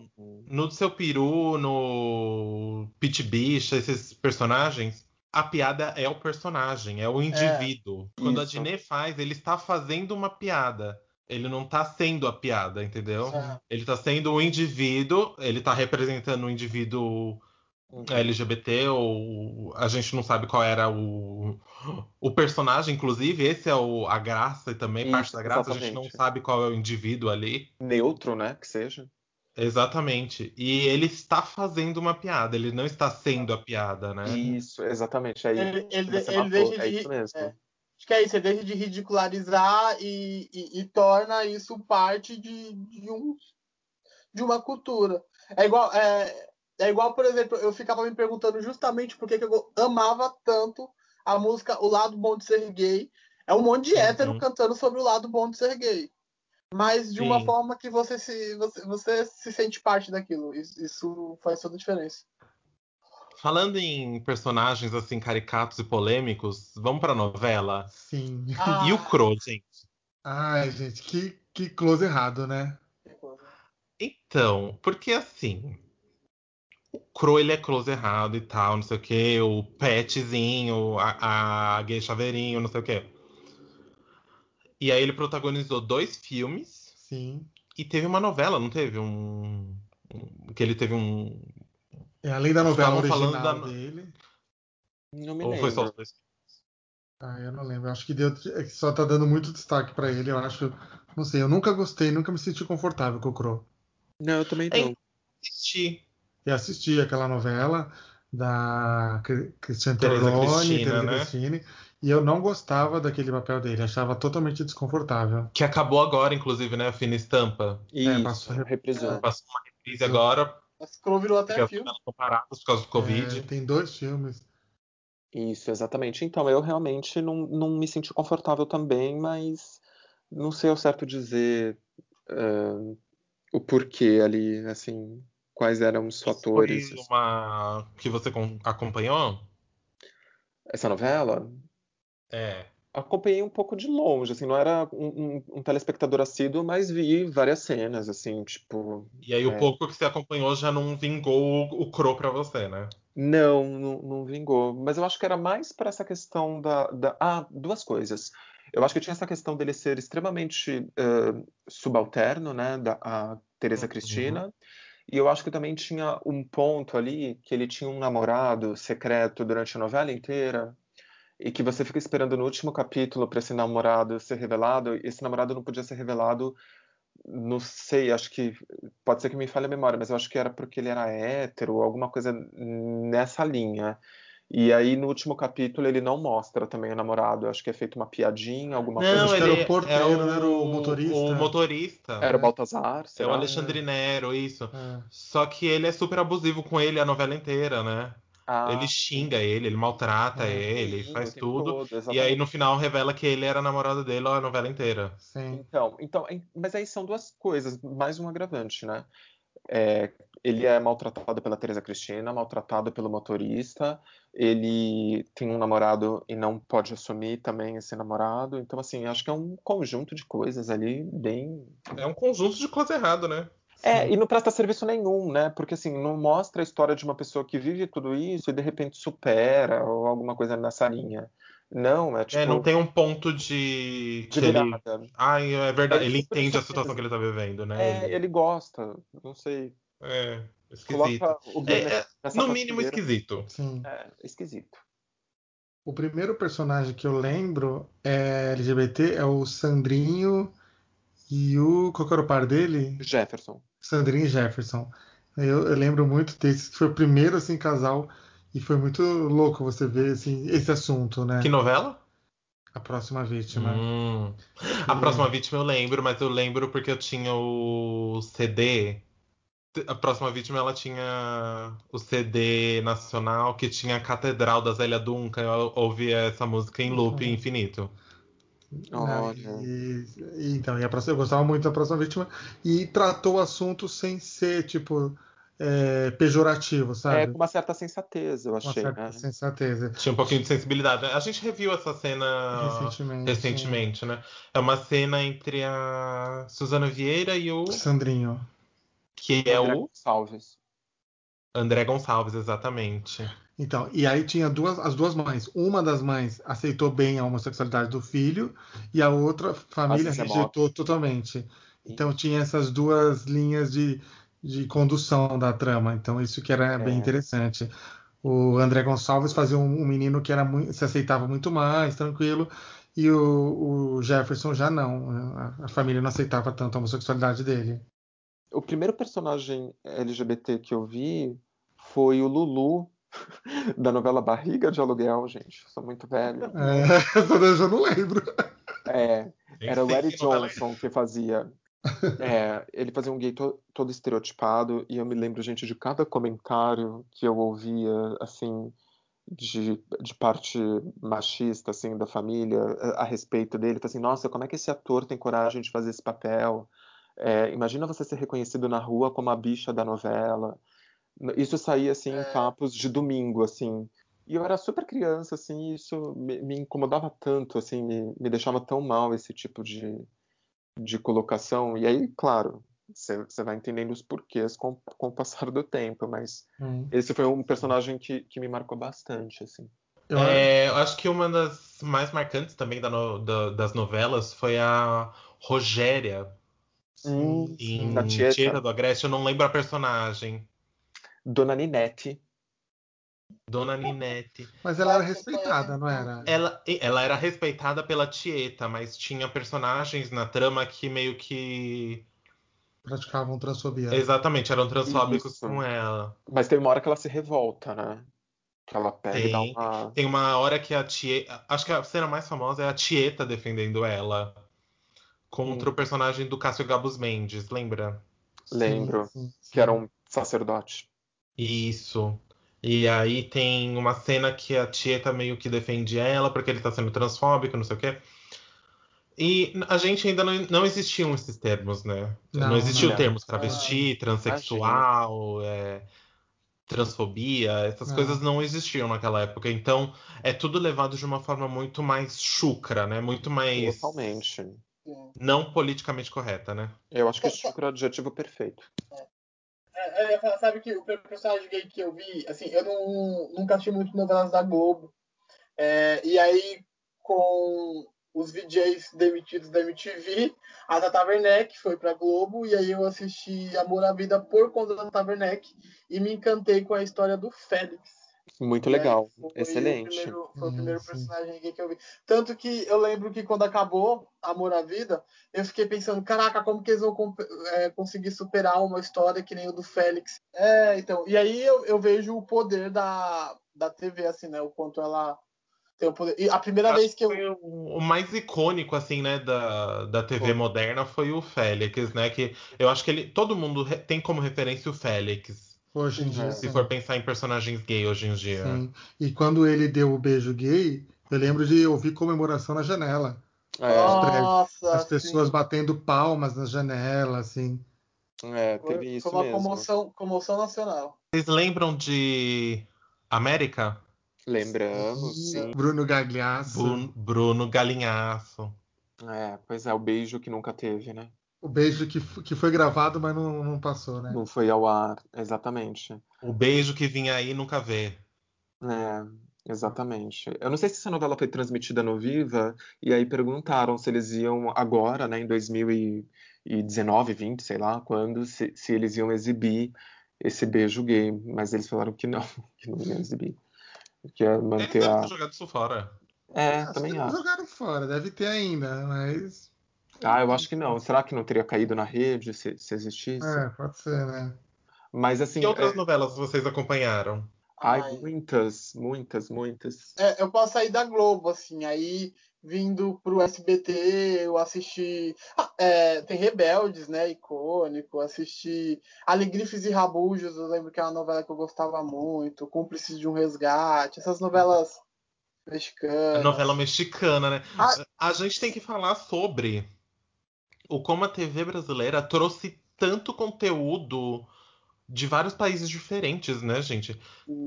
Speaker 1: No seu peru, no Pit Bicha, esses personagens, a piada é o personagem, é o indivíduo. Quando
Speaker 4: Isso.
Speaker 1: a Diné faz, ele está fazendo uma piada. Ele não está sendo a piada, entendeu?
Speaker 2: Então,
Speaker 3: ah,
Speaker 1: Ele está sendo o indivíduo, ele está representando o indivíduo LGBT, ou a gente não sabe qual era o, o personagem, inclusive, esse é o, a graça e também,
Speaker 4: Isso,
Speaker 1: parte da graça, a gente não
Speaker 4: exatamente.
Speaker 1: sabe qual é o indivíduo ali.
Speaker 4: Neutro, né? Que seja.
Speaker 1: Exatamente. E ele está fazendo uma piada, ele não está sendo a piada, né?
Speaker 4: Isso, exatamente. Aí
Speaker 3: Ele, ele,
Speaker 4: você
Speaker 3: ele
Speaker 4: matou,
Speaker 3: deixa
Speaker 4: é
Speaker 3: de,
Speaker 4: isso mesmo.
Speaker 3: é. Acho que é isso, ele deixa de ridicularizar e, e- e torna isso parte de, de um, de uma cultura. É igual, é, é igual, por exemplo, eu ficava me perguntando justamente por que, que eu go- amava tanto a música O Lado Bom de Ser Gay. É um monte de hétero
Speaker 1: Uhum.
Speaker 3: cantando sobre o lado bom de ser gay. Mas de uma
Speaker 1: Sim.
Speaker 3: forma que você se, você, você se sente parte daquilo. Isso, isso faz toda a diferença.
Speaker 1: Falando em personagens assim caricatos e polêmicos, vamos pra novela.
Speaker 2: Sim.
Speaker 1: E o Crow, gente.
Speaker 2: Ai, gente, que, que close errado, né?
Speaker 1: Então, porque assim, o Crow ele é close errado e tal, não sei o quê, o petzinho, a, a gay chaveirinho, não sei o quê. E aí ele protagonizou dois filmes.
Speaker 2: Sim.
Speaker 1: E teve uma novela, não teve? Um. um- que ele teve um.
Speaker 2: É além da novela
Speaker 1: Estavam falando
Speaker 2: original
Speaker 1: da-
Speaker 2: dele.
Speaker 4: Não me
Speaker 1: Ou foi só os
Speaker 4: lembro.
Speaker 1: dois?
Speaker 2: Ah, eu não lembro. Acho que deu, é que só tá dando muito destaque pra ele. Eu acho. Não sei, eu nunca gostei, nunca me senti confortável com o Crow.
Speaker 4: Não, eu também
Speaker 1: Ei.
Speaker 4: não.
Speaker 1: Assisti.
Speaker 2: E assisti aquela novela da Cri- Cristiane
Speaker 1: Teresa
Speaker 2: Torloni,
Speaker 1: Cristina,
Speaker 2: Teresa
Speaker 1: né?
Speaker 2: Cristine, e eu não gostava daquele papel dele, achava totalmente desconfortável.
Speaker 1: Que acabou agora, inclusive, né? A Fina Estampa.
Speaker 4: Isso,
Speaker 2: passou-
Speaker 4: reprisou.
Speaker 1: Passou uma reprise agora,
Speaker 3: Mas Crow virou
Speaker 4: É
Speaker 1: porque
Speaker 3: até
Speaker 1: as
Speaker 3: filme.
Speaker 1: novelas estão paradas por causa do Covid.
Speaker 2: É, tem dois filmes.
Speaker 4: Isso, exatamente. Então, eu realmente não, não me senti confortável também, mas não sei ao certo dizer eh, o porquê ali, assim, quais eram os fatores.
Speaker 1: Foi uma que você com- acompanhou?
Speaker 4: Essa novela?
Speaker 1: É.
Speaker 4: acompanhei um pouco de longe, assim, não era um, um, um telespectador assíduo, mas vi várias cenas, assim, tipo.
Speaker 1: E aí o
Speaker 4: é.
Speaker 1: pouco que você acompanhou já não vingou o, o Crow pra você, né?
Speaker 4: Não, não, não vingou. Mas eu acho que era mais para essa questão da, da- Ah, duas coisas. Eu acho que tinha essa questão dele ser extremamente eh, subalterno, né, da a Teresa
Speaker 1: Uhum.
Speaker 4: Cristina. E eu acho que também tinha um ponto ali que ele tinha um namorado secreto durante a novela inteira e que você fica esperando no último capítulo para esse namorado ser revelado. E esse namorado não podia ser revelado, não sei, acho que pode ser que me falhe a memória, mas eu acho que era porque ele era hétero, alguma coisa nessa linha. E aí no último capítulo ele não mostra também o namorado, acho que é feito uma piadinha, alguma
Speaker 1: é
Speaker 2: Não,
Speaker 4: coisa.
Speaker 2: ele- era o porteiro, né? era o motorista.
Speaker 1: O motorista.
Speaker 4: Era o Baltazar,
Speaker 1: É
Speaker 4: será?
Speaker 1: o Alexandre Nero, isso.
Speaker 2: É.
Speaker 1: Só que ele é super abusivo com ele a novela inteira, né?
Speaker 4: Ah,
Speaker 1: ele xinga ele, ele maltrata
Speaker 2: É,
Speaker 1: ele,
Speaker 4: sim, o
Speaker 1: faz
Speaker 4: tempo
Speaker 1: tudo.
Speaker 4: todo,
Speaker 1: E aí
Speaker 4: exatamente.
Speaker 1: no final revela que ele era namorado dele a novela inteira.
Speaker 2: É, Sim.
Speaker 4: Então, então, em- mas aí são duas coisas, mais um agravante, né? É, ele é maltratado pela Teresa Cristina, maltratado pelo motorista, ele tem um namorado e não pode assumir também esse namorado. Então, assim, acho que é um conjunto de coisas ali bem.
Speaker 1: É um conjunto de coisa errada, né?
Speaker 4: É,
Speaker 2: Sim.
Speaker 4: e não presta serviço nenhum, né? Porque assim, não mostra a história de uma pessoa que vive tudo isso e de repente supera ou alguma coisa nessa linha. Não, é tipo.
Speaker 1: É, não tem um ponto de.
Speaker 4: de
Speaker 1: que ele.
Speaker 4: virada.
Speaker 1: Ai, é verdade.
Speaker 4: É
Speaker 1: Ele
Speaker 4: super
Speaker 1: entende a
Speaker 4: surpresa.
Speaker 1: situação que ele tá vivendo, né?
Speaker 4: É, ele gosta, não sei.
Speaker 1: É, esquisito.
Speaker 4: Coloca o Gui
Speaker 1: É, é,
Speaker 4: nessa
Speaker 1: no mínimo
Speaker 4: prateleira.
Speaker 1: esquisito.
Speaker 2: Sim.
Speaker 4: É, esquisito.
Speaker 2: O primeiro personagem que eu lembro é LGBT, é o Sandrinho e o. Qual que era o par dele?
Speaker 4: Jefferson.
Speaker 2: Sandrinho e Jefferson. Eu, eu lembro muito desse, que foi o primeiro assim, casal, e foi muito louco você ver assim, esse assunto, né?
Speaker 1: Que novela?
Speaker 2: A próxima vítima. Né?
Speaker 1: Hum. A próxima vítima eu lembro, mas eu lembro porque eu tinha o CD. A próxima vítima ela tinha o CD nacional que tinha a Catedral da Zélia Duncan. Eu ouvia essa música em loop
Speaker 2: Uhum.
Speaker 1: infinito.
Speaker 2: Não,
Speaker 4: Olha.
Speaker 2: e- e- então, e a próxima, eu gostava muito da próxima vítima e tratou o assunto sem ser, tipo, é, pejorativo,
Speaker 4: É
Speaker 2: sabe?
Speaker 4: com uma certa sensatez, eu
Speaker 2: Com uma
Speaker 4: achei,
Speaker 2: certa
Speaker 4: né?
Speaker 2: sensateza.
Speaker 1: Tinha um pouquinho de sensibilidade. né? A gente reviu essa cena
Speaker 2: Recentemente.
Speaker 1: Ah, recentemente, né? É uma cena entre a Suzana Vieira e o.
Speaker 2: Sandrinho.
Speaker 1: Que é
Speaker 4: André
Speaker 1: o
Speaker 4: Gonçalves.
Speaker 1: André Gonçalves, exatamente.
Speaker 2: Então, e aí tinha duas, as duas mães. Uma das mães aceitou bem a homossexualidade do filho e a outra família
Speaker 4: Às vezes é
Speaker 2: rejeitou totalmente. Então tinha essas duas linhas de, de condução da trama. Então isso que era bem
Speaker 4: É.
Speaker 2: interessante. O André Gonçalves fazia um, um menino que era muito, se aceitava muito mais, tranquilo, e o, o Jefferson já não. A, a família não aceitava tanto a homossexualidade dele.
Speaker 4: O primeiro personagem LGBT que eu vi foi o Lulu, da novela Barriga de Aluguel, gente. Eu Sou muito velho.
Speaker 2: É, essa daí eu já não lembro.
Speaker 4: É, era o
Speaker 1: Sim,
Speaker 4: Eric
Speaker 1: sim, novela-
Speaker 4: Johnson que fazia. É, ele fazia um gay to- todo estereotipado, e eu me lembro, gente, de cada comentário que eu ouvia, assim, de, de parte machista, assim, da família, a, a respeito dele. Então, assim, nossa, como é que esse ator tem coragem de fazer esse papel? É, imagina você ser reconhecido na rua como a bicha da novela. Isso saía, assim, em
Speaker 3: É.
Speaker 4: papos de domingo, assim. E eu era super criança, assim, e isso me, me incomodava tanto, assim, me, me deixava tão mal esse tipo de, de colocação. E aí, claro, você você vai entendendo os porquês com, com o passar do tempo, mas
Speaker 2: Hum.
Speaker 4: esse foi um personagem que, que me marcou bastante, assim.
Speaker 2: Eu-
Speaker 1: É, eu acho que uma das mais marcantes também da no- da- das novelas foi a Rogéria
Speaker 2: sim,
Speaker 1: em
Speaker 4: Da Tieta.
Speaker 1: Tieta do Agreste. Eu não lembro a personagem.
Speaker 4: Dona Ninete.
Speaker 1: Dona Ninete.
Speaker 2: Mas ela era respeitada, não era?
Speaker 1: Ela, ela era respeitada pela Tieta, mas tinha personagens na trama que meio que.
Speaker 2: Praticavam transfobia.
Speaker 1: Exatamente, eram transfóbicos
Speaker 4: Isso.
Speaker 1: com ela.
Speaker 4: Mas tem uma hora que ela se revolta, né? Que ela pega e dá
Speaker 1: Tem.
Speaker 4: uma.
Speaker 1: Tem uma hora que a Tieta. Acho que a cena mais famosa é a Tieta defendendo ela contra
Speaker 4: Hum.
Speaker 1: o personagem do Cássio Gabus Mendes, lembra?
Speaker 2: Sim,
Speaker 4: lembro
Speaker 2: sim, sim.
Speaker 4: Que era um sacerdote.
Speaker 1: Isso. E aí tem uma cena que a Tieta meio que defende ela porque ele tá sendo transfóbico, não sei o quê. E a gente ainda não, não existiam esses termos, né? Não,
Speaker 2: Não,
Speaker 1: existiam
Speaker 4: não.
Speaker 1: termos travesti, transexual, é, transfobia, essas
Speaker 2: Não.
Speaker 1: coisas não existiam naquela época. Então, é tudo levado de uma forma muito mais chucra, né? Muito
Speaker 2: É
Speaker 1: mais
Speaker 4: Totalmente.
Speaker 1: não politicamente correta, né?
Speaker 4: Eu acho que chucra é o adjetivo perfeito.
Speaker 3: É, eu ia falar, sabe que o personagem gay que eu vi, assim, eu não, nunca assisti muito novelas da Globo. É, e aí, com os DJs demitidos da MTV, a Tata Werneck foi pra Globo, e aí eu assisti Amor à Vida por conta da Tata Werneck, e me encantei com a história do Félix.
Speaker 4: Muito
Speaker 3: né?
Speaker 4: legal.
Speaker 3: Foi O
Speaker 4: Excelente.
Speaker 3: primeiro, foi o
Speaker 2: Hum,
Speaker 3: primeiro
Speaker 2: sim.
Speaker 3: personagem gay que eu vi. Tanto que eu lembro que quando acabou Amor à Vida, eu fiquei pensando, caraca, como que eles vão comp- é, conseguir superar uma história que nem o do Félix? É, então. E aí eu, eu vejo o poder da, da TV, assim, né? O quanto ela tem o poder. E a primeira
Speaker 4: Ah,
Speaker 1: Acho
Speaker 3: vez que eu.
Speaker 2: é,
Speaker 1: Foi o o mais icônico, assim, né, da, da TV
Speaker 4: Foi.
Speaker 1: moderna foi o Félix, né? Que eu acho que ele. Todo mundo re- tem como referência o Félix.
Speaker 2: Hoje em dia.
Speaker 4: É.
Speaker 1: Se
Speaker 2: sim.
Speaker 1: for pensar em personagens gay hoje em dia.
Speaker 2: Sim. E quando ele deu o beijo gay, eu lembro de ouvir comemoração na janela.
Speaker 4: É,
Speaker 3: Ah, Nossa!
Speaker 2: As pessoas
Speaker 3: sim.
Speaker 2: batendo palmas na janela, assim.
Speaker 4: é, teve
Speaker 3: Foi,
Speaker 4: isso
Speaker 3: foi uma
Speaker 4: mesmo.
Speaker 3: comoção, comoção nacional.
Speaker 1: Vocês lembram de América?
Speaker 4: Lembramos, sim.
Speaker 2: Bruno Gagliasso.
Speaker 1: Bruno, Bruno Galinhaço.
Speaker 4: É, pois é, o beijo que nunca teve, né?
Speaker 2: O beijo que, f- que foi gravado, mas não, não passou, né?
Speaker 4: Não foi ao ar, exatamente.
Speaker 1: O beijo que vinha aí e nunca vê.
Speaker 4: É, exatamente. Eu não sei se essa novela foi transmitida no Viva, e aí perguntaram se eles iam agora, né, em 2019, 20, sei lá, quando, se, se eles iam exibir esse beijo gay, mas eles falaram que não, que não iam exibir. Que ia
Speaker 1: Ele
Speaker 4: manter
Speaker 1: deve
Speaker 4: a.
Speaker 1: ter jogado isso fora.
Speaker 4: É,
Speaker 2: Acho que
Speaker 4: também
Speaker 2: não
Speaker 4: acho.
Speaker 2: jogaram fora, deve ter ainda, mas.
Speaker 4: Ah, eu acho que não. Será que não teria caído na rede se, se existisse?
Speaker 2: É, pode ser, né?
Speaker 4: Mas assim,
Speaker 1: Que outras
Speaker 4: é-
Speaker 1: novelas vocês acompanharam?
Speaker 4: ai,
Speaker 3: Ai.
Speaker 4: muitas, muitas, muitas.
Speaker 3: É, eu posso sair da Globo, assim, aí vindo pro SBT, eu assisti. Ah, é, tem Rebeldes, né? Icônico, assisti Alegrifes e Rabujos, eu lembro que é uma novela que eu gostava muito, Cúmplices de um Resgate, essas novelas
Speaker 1: A
Speaker 3: mexicanas.
Speaker 1: novela mexicana, né?
Speaker 3: Ah.
Speaker 1: A gente tem que falar sobre o como a TV brasileira trouxe tanto conteúdo de vários países diferentes, né, gente?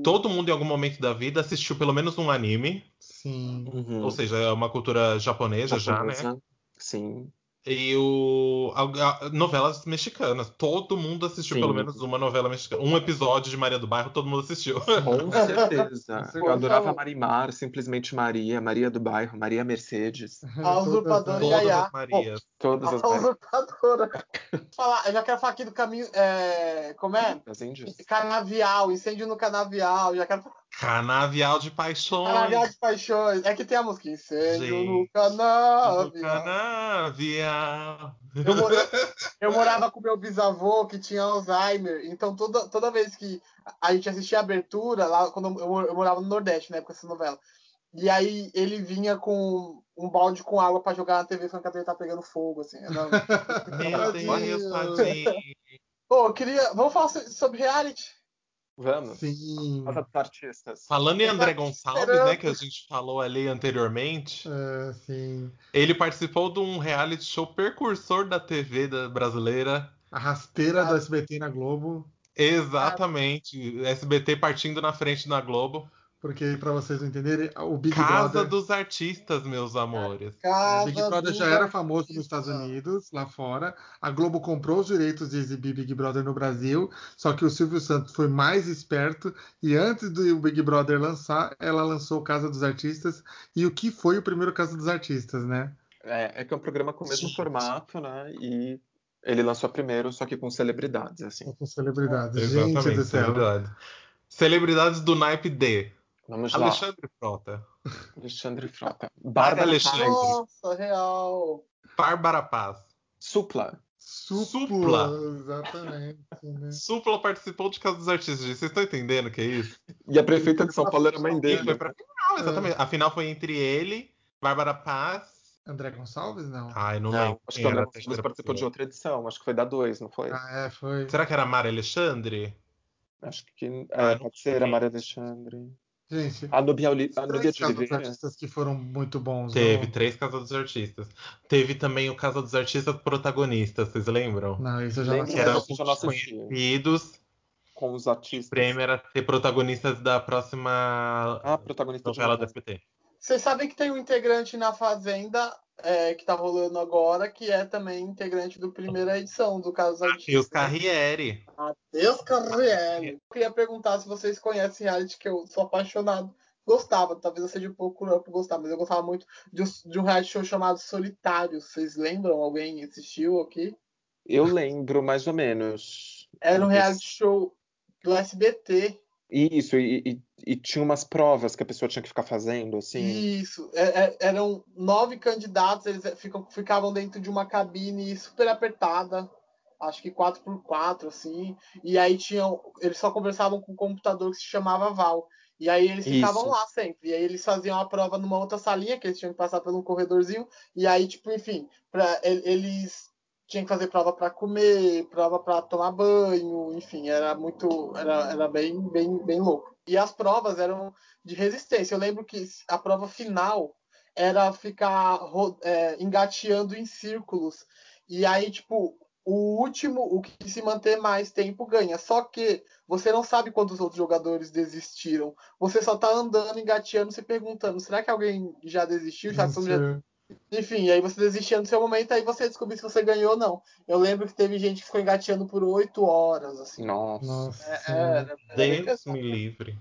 Speaker 1: Todo mundo em algum momento da vida assistiu pelo menos um anime,
Speaker 2: Sim.
Speaker 4: Uhum.
Speaker 1: ou seja, é uma cultura japonesa já, né?
Speaker 4: Japonesa. Sim.
Speaker 1: E o a- a- novelas mexicanas, todo mundo assistiu
Speaker 4: Sim.
Speaker 1: pelo menos uma novela mexicana, um episódio de Maria do Bairro, todo mundo assistiu.
Speaker 4: Com certeza. Eu
Speaker 2: certeza.
Speaker 4: adorava Marimar, simplesmente Maria, Maria do bairro, Maria Mercedes.
Speaker 3: A usurpadora
Speaker 2: Todas
Speaker 1: Todas
Speaker 2: as-
Speaker 3: Yaya.
Speaker 1: as Marias.
Speaker 4: Todas as
Speaker 3: A usurpadora. Falar, eu já quero falar aqui do caminho. é, como é?
Speaker 4: das índias.
Speaker 3: Canavial, incêndio no canavial, já quero
Speaker 1: Canavial de paixões.
Speaker 3: Canavial É de paixões. É que tem a música Incêndio no
Speaker 1: Gente,
Speaker 3: Canavial.
Speaker 1: do Canavial.
Speaker 3: Eu morava, eu morava com meu bisavô que tinha Alzheimer, então toda, toda vez que a gente assistia a abertura, lá quando eu, mo- eu morava no Nordeste, na época dessa novela, e aí ele vinha com um balde com água pra jogar na TV falando que a TV tá pegando fogo, assim. Eu não-
Speaker 1: Meu Deus, tadinho.
Speaker 3: Pô, eu queria. Vamos falar so- sobre reality?
Speaker 4: Vamos.
Speaker 2: Sim.
Speaker 4: As artistas.
Speaker 1: Falando em
Speaker 2: tá
Speaker 1: André Gonçalves, né,
Speaker 3: esperando.
Speaker 1: que a gente falou ali anteriormente,
Speaker 2: É, sim.
Speaker 1: ele participou de um reality show precursor da TV da- brasileira.
Speaker 2: A rasteira do SBT na Globo,
Speaker 1: Exatamente. SBT partindo na frente da Globo.
Speaker 2: porque para vocês não entenderem, o Big
Speaker 1: Casa
Speaker 2: Brother,
Speaker 1: dos artistas, meus amores.
Speaker 2: o
Speaker 3: Casa
Speaker 2: Big Brother
Speaker 3: do-
Speaker 2: já era famoso nos Estados Unidos, lá fora. A Globo comprou os direitos de exibir Big Brother no Brasil, só que o Silvio Santos foi mais esperto e antes do Big Brother lançar, ela lançou Casa dos Artistas e o que foi o primeiro Casa dos Artistas, né?
Speaker 4: É, é que é um programa com o mesmo formato, né? E ele lançou primeiro, só que com celebridades, assim.
Speaker 2: Só É, com celebridades. Gente do
Speaker 1: Exatamente,
Speaker 2: céu.
Speaker 1: celebridades. Celebridades do naipe D.
Speaker 4: Vamos lá.
Speaker 1: Alexandre Frota.
Speaker 4: Alexandre Frota.
Speaker 1: Bárbara
Speaker 4: Bárbara
Speaker 1: Alexandre.
Speaker 4: Paz.
Speaker 3: Nossa, real.
Speaker 1: Bárbara Paz.
Speaker 4: Supla.
Speaker 2: Supla,
Speaker 1: Supla.
Speaker 2: Exatamente. Né?
Speaker 1: Supla participou de Casa dos Artistas. gente. Vocês estão entendendo o que é isso?
Speaker 4: E a prefeita de São Paulo era a mãe
Speaker 1: Ele
Speaker 4: dele.
Speaker 1: foi pra final, exatamente. A final foi entre ele, Bárbara Paz.
Speaker 2: André Gonçalves, não.
Speaker 1: Ai, não,
Speaker 4: Não,
Speaker 1: lembro.
Speaker 4: acho
Speaker 1: quem era a
Speaker 4: que o André Gonçalves
Speaker 1: terceira
Speaker 4: participou de
Speaker 1: pessoa.
Speaker 4: outra edição. Acho que foi da 2, não foi?
Speaker 2: Ah, é, foi.
Speaker 1: Será que era a Mari Alexandre?
Speaker 4: Acho que.
Speaker 1: Ah,
Speaker 4: É,
Speaker 1: não
Speaker 4: pode ser a
Speaker 1: sei.
Speaker 4: Maria Alexandre.
Speaker 2: Gente,
Speaker 4: A Nubia, Oli... a Nubia é.
Speaker 2: três
Speaker 4: de
Speaker 2: casos
Speaker 1: né?
Speaker 2: de
Speaker 4: Oliveira.
Speaker 2: artistas que foram muito bons.
Speaker 1: Teve
Speaker 2: não?
Speaker 1: três Casa dos Artistas. Teve também o Casa dos Artistas protagonistas, vocês lembram?
Speaker 2: Não, isso eu já
Speaker 4: Lembra,
Speaker 2: não
Speaker 1: Que
Speaker 4: mas
Speaker 1: eram
Speaker 4: essa eu já não assisti.
Speaker 1: conhecidos.
Speaker 4: com os artistas.
Speaker 1: O prêmio era ser protagonistas da próxima
Speaker 4: Ah, protagonista de
Speaker 1: novela da
Speaker 4: novela.
Speaker 1: SBT.
Speaker 3: Vocês sabem que tem um integrante na Fazenda é, que tá rolando agora, que é também integrante do primeira edição do Caso
Speaker 1: E os
Speaker 3: Artistas.
Speaker 1: Carriere.
Speaker 3: Matheus Carriere. Eu queria perguntar se vocês conhecem reality que eu sou apaixonado. Gostava, talvez eu seja um pouco curioso por gostar, mas eu gostava muito de, um- de um reality show chamado Solitário. Vocês lembram? Alguém assistiu aqui?
Speaker 4: Eu lembro, mais ou menos.
Speaker 3: Era um
Speaker 4: Isso.
Speaker 3: reality show do SBT.
Speaker 4: Isso, e, e- e tinha umas provas que a pessoa tinha que ficar fazendo, assim.
Speaker 3: Isso, é- é- eram nove candidatos, eles é, ficam- ficavam dentro de uma cabine super apertada, acho que 4x4, assim, e aí tinham, eles só conversavam com um computador que se chamava Val, e aí eles ficavam
Speaker 4: Isso.
Speaker 3: lá sempre, e aí eles faziam a prova numa outra salinha, que eles tinham que passar por um corredorzinho, e aí, tipo, enfim, pra, e- eles tinham que fazer prova para comer, prova para tomar banho, enfim, era muito, era, era bem, bem, bem louco. E as provas eram de resistência. Eu lembro que a prova final era ficar ro- é, engateando em círculos. E aí, tipo, o último, o que se manter mais tempo ganha. Só que você não sabe quantos outros jogadores desistiram. Você só tá andando, engateando, se perguntando: será que alguém já desistiu? Já que
Speaker 2: é
Speaker 3: todo mundo já enfim, e aí você desistia no seu momento, aí você descobriu se você ganhou ou não. Eu lembro que teve gente que ficou engateando por oito horas,
Speaker 1: Hum.
Speaker 3: assim.
Speaker 4: Nossa.
Speaker 2: Nossa.
Speaker 3: É,
Speaker 2: Senhora.
Speaker 3: era- era bem
Speaker 1: Deus
Speaker 3: pesado.
Speaker 1: me livre.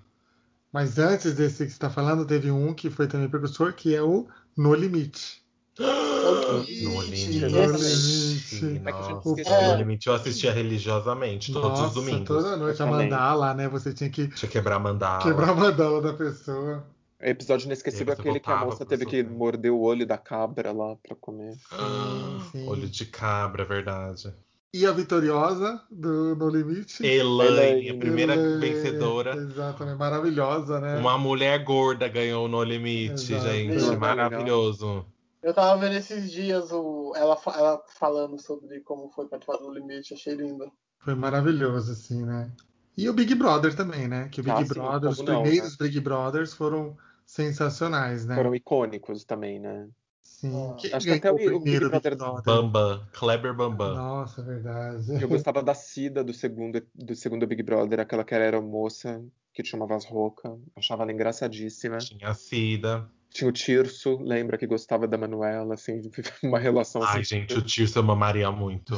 Speaker 2: Mas antes desse que você está falando, teve um que foi também precursor, que é o No Limite.
Speaker 1: No
Speaker 3: Limite,
Speaker 1: Limite.
Speaker 2: excelente.
Speaker 4: Como é que a gente
Speaker 1: Nossa,
Speaker 4: esqueceu?
Speaker 1: No Limite eu assistia religiosamente todos
Speaker 2: Nossa,
Speaker 1: os domingos.
Speaker 2: toda noite a
Speaker 4: Eu também.
Speaker 2: mandala, né? Você tinha que
Speaker 1: Tinha que quebrar a
Speaker 4: Ah,
Speaker 1: mandala.
Speaker 2: quebrar a mandala da pessoa.
Speaker 4: Episódio inesquecível
Speaker 1: E
Speaker 4: é
Speaker 1: aí você
Speaker 4: aquele que a
Speaker 1: voltava
Speaker 4: moça
Speaker 1: pro
Speaker 4: teve
Speaker 1: seu
Speaker 4: que
Speaker 1: tempo.
Speaker 4: morder o olho da cabra lá pra comer. Ah,
Speaker 2: Sim, sim.
Speaker 1: Olho de cabra, é verdade.
Speaker 2: E a vitoriosa do No Limite.
Speaker 4: É,
Speaker 1: Elaine, a
Speaker 4: Elaine.
Speaker 1: primeira
Speaker 2: Elaine,
Speaker 1: vencedora.
Speaker 2: Exatamente, maravilhosa, né?
Speaker 1: Uma mulher gorda ganhou o No Limite,
Speaker 2: Exato.
Speaker 1: gente.
Speaker 3: Maravilhoso.
Speaker 1: Maravilhoso.
Speaker 3: Eu tava vendo esses dias o, ela, fa- ela falando sobre como foi participar do Limite, achei lindo.
Speaker 2: Foi maravilhoso, assim, né? E o Big Brother também, né? Que o Big
Speaker 4: Ah, sim,
Speaker 2: Brother, os
Speaker 4: como não, né?
Speaker 2: primeiros Big Brothers foram sensacionais,
Speaker 1: É.
Speaker 2: né?
Speaker 4: Foram icônicos também, né?
Speaker 2: Sim.
Speaker 3: Ah.
Speaker 2: Quem
Speaker 4: Acho que até
Speaker 2: ganhou
Speaker 4: o- o Big
Speaker 2: primeiro
Speaker 4: Brother-
Speaker 1: Bamba, Kleber Bambam.
Speaker 2: Nossa, é verdade.
Speaker 4: Eu gostava da Cida do segundo, do segundo Big Brother, aquela que ela era moça, que tinha uma voz rouca. Achava ela engraçadíssima.
Speaker 1: Tinha a Cida.
Speaker 4: Tinha o Tirso, lembra que gostava da Manuela, assim, uma relação
Speaker 1: Ai,
Speaker 4: assim.
Speaker 1: gente, o Tirso eu mamaria muito.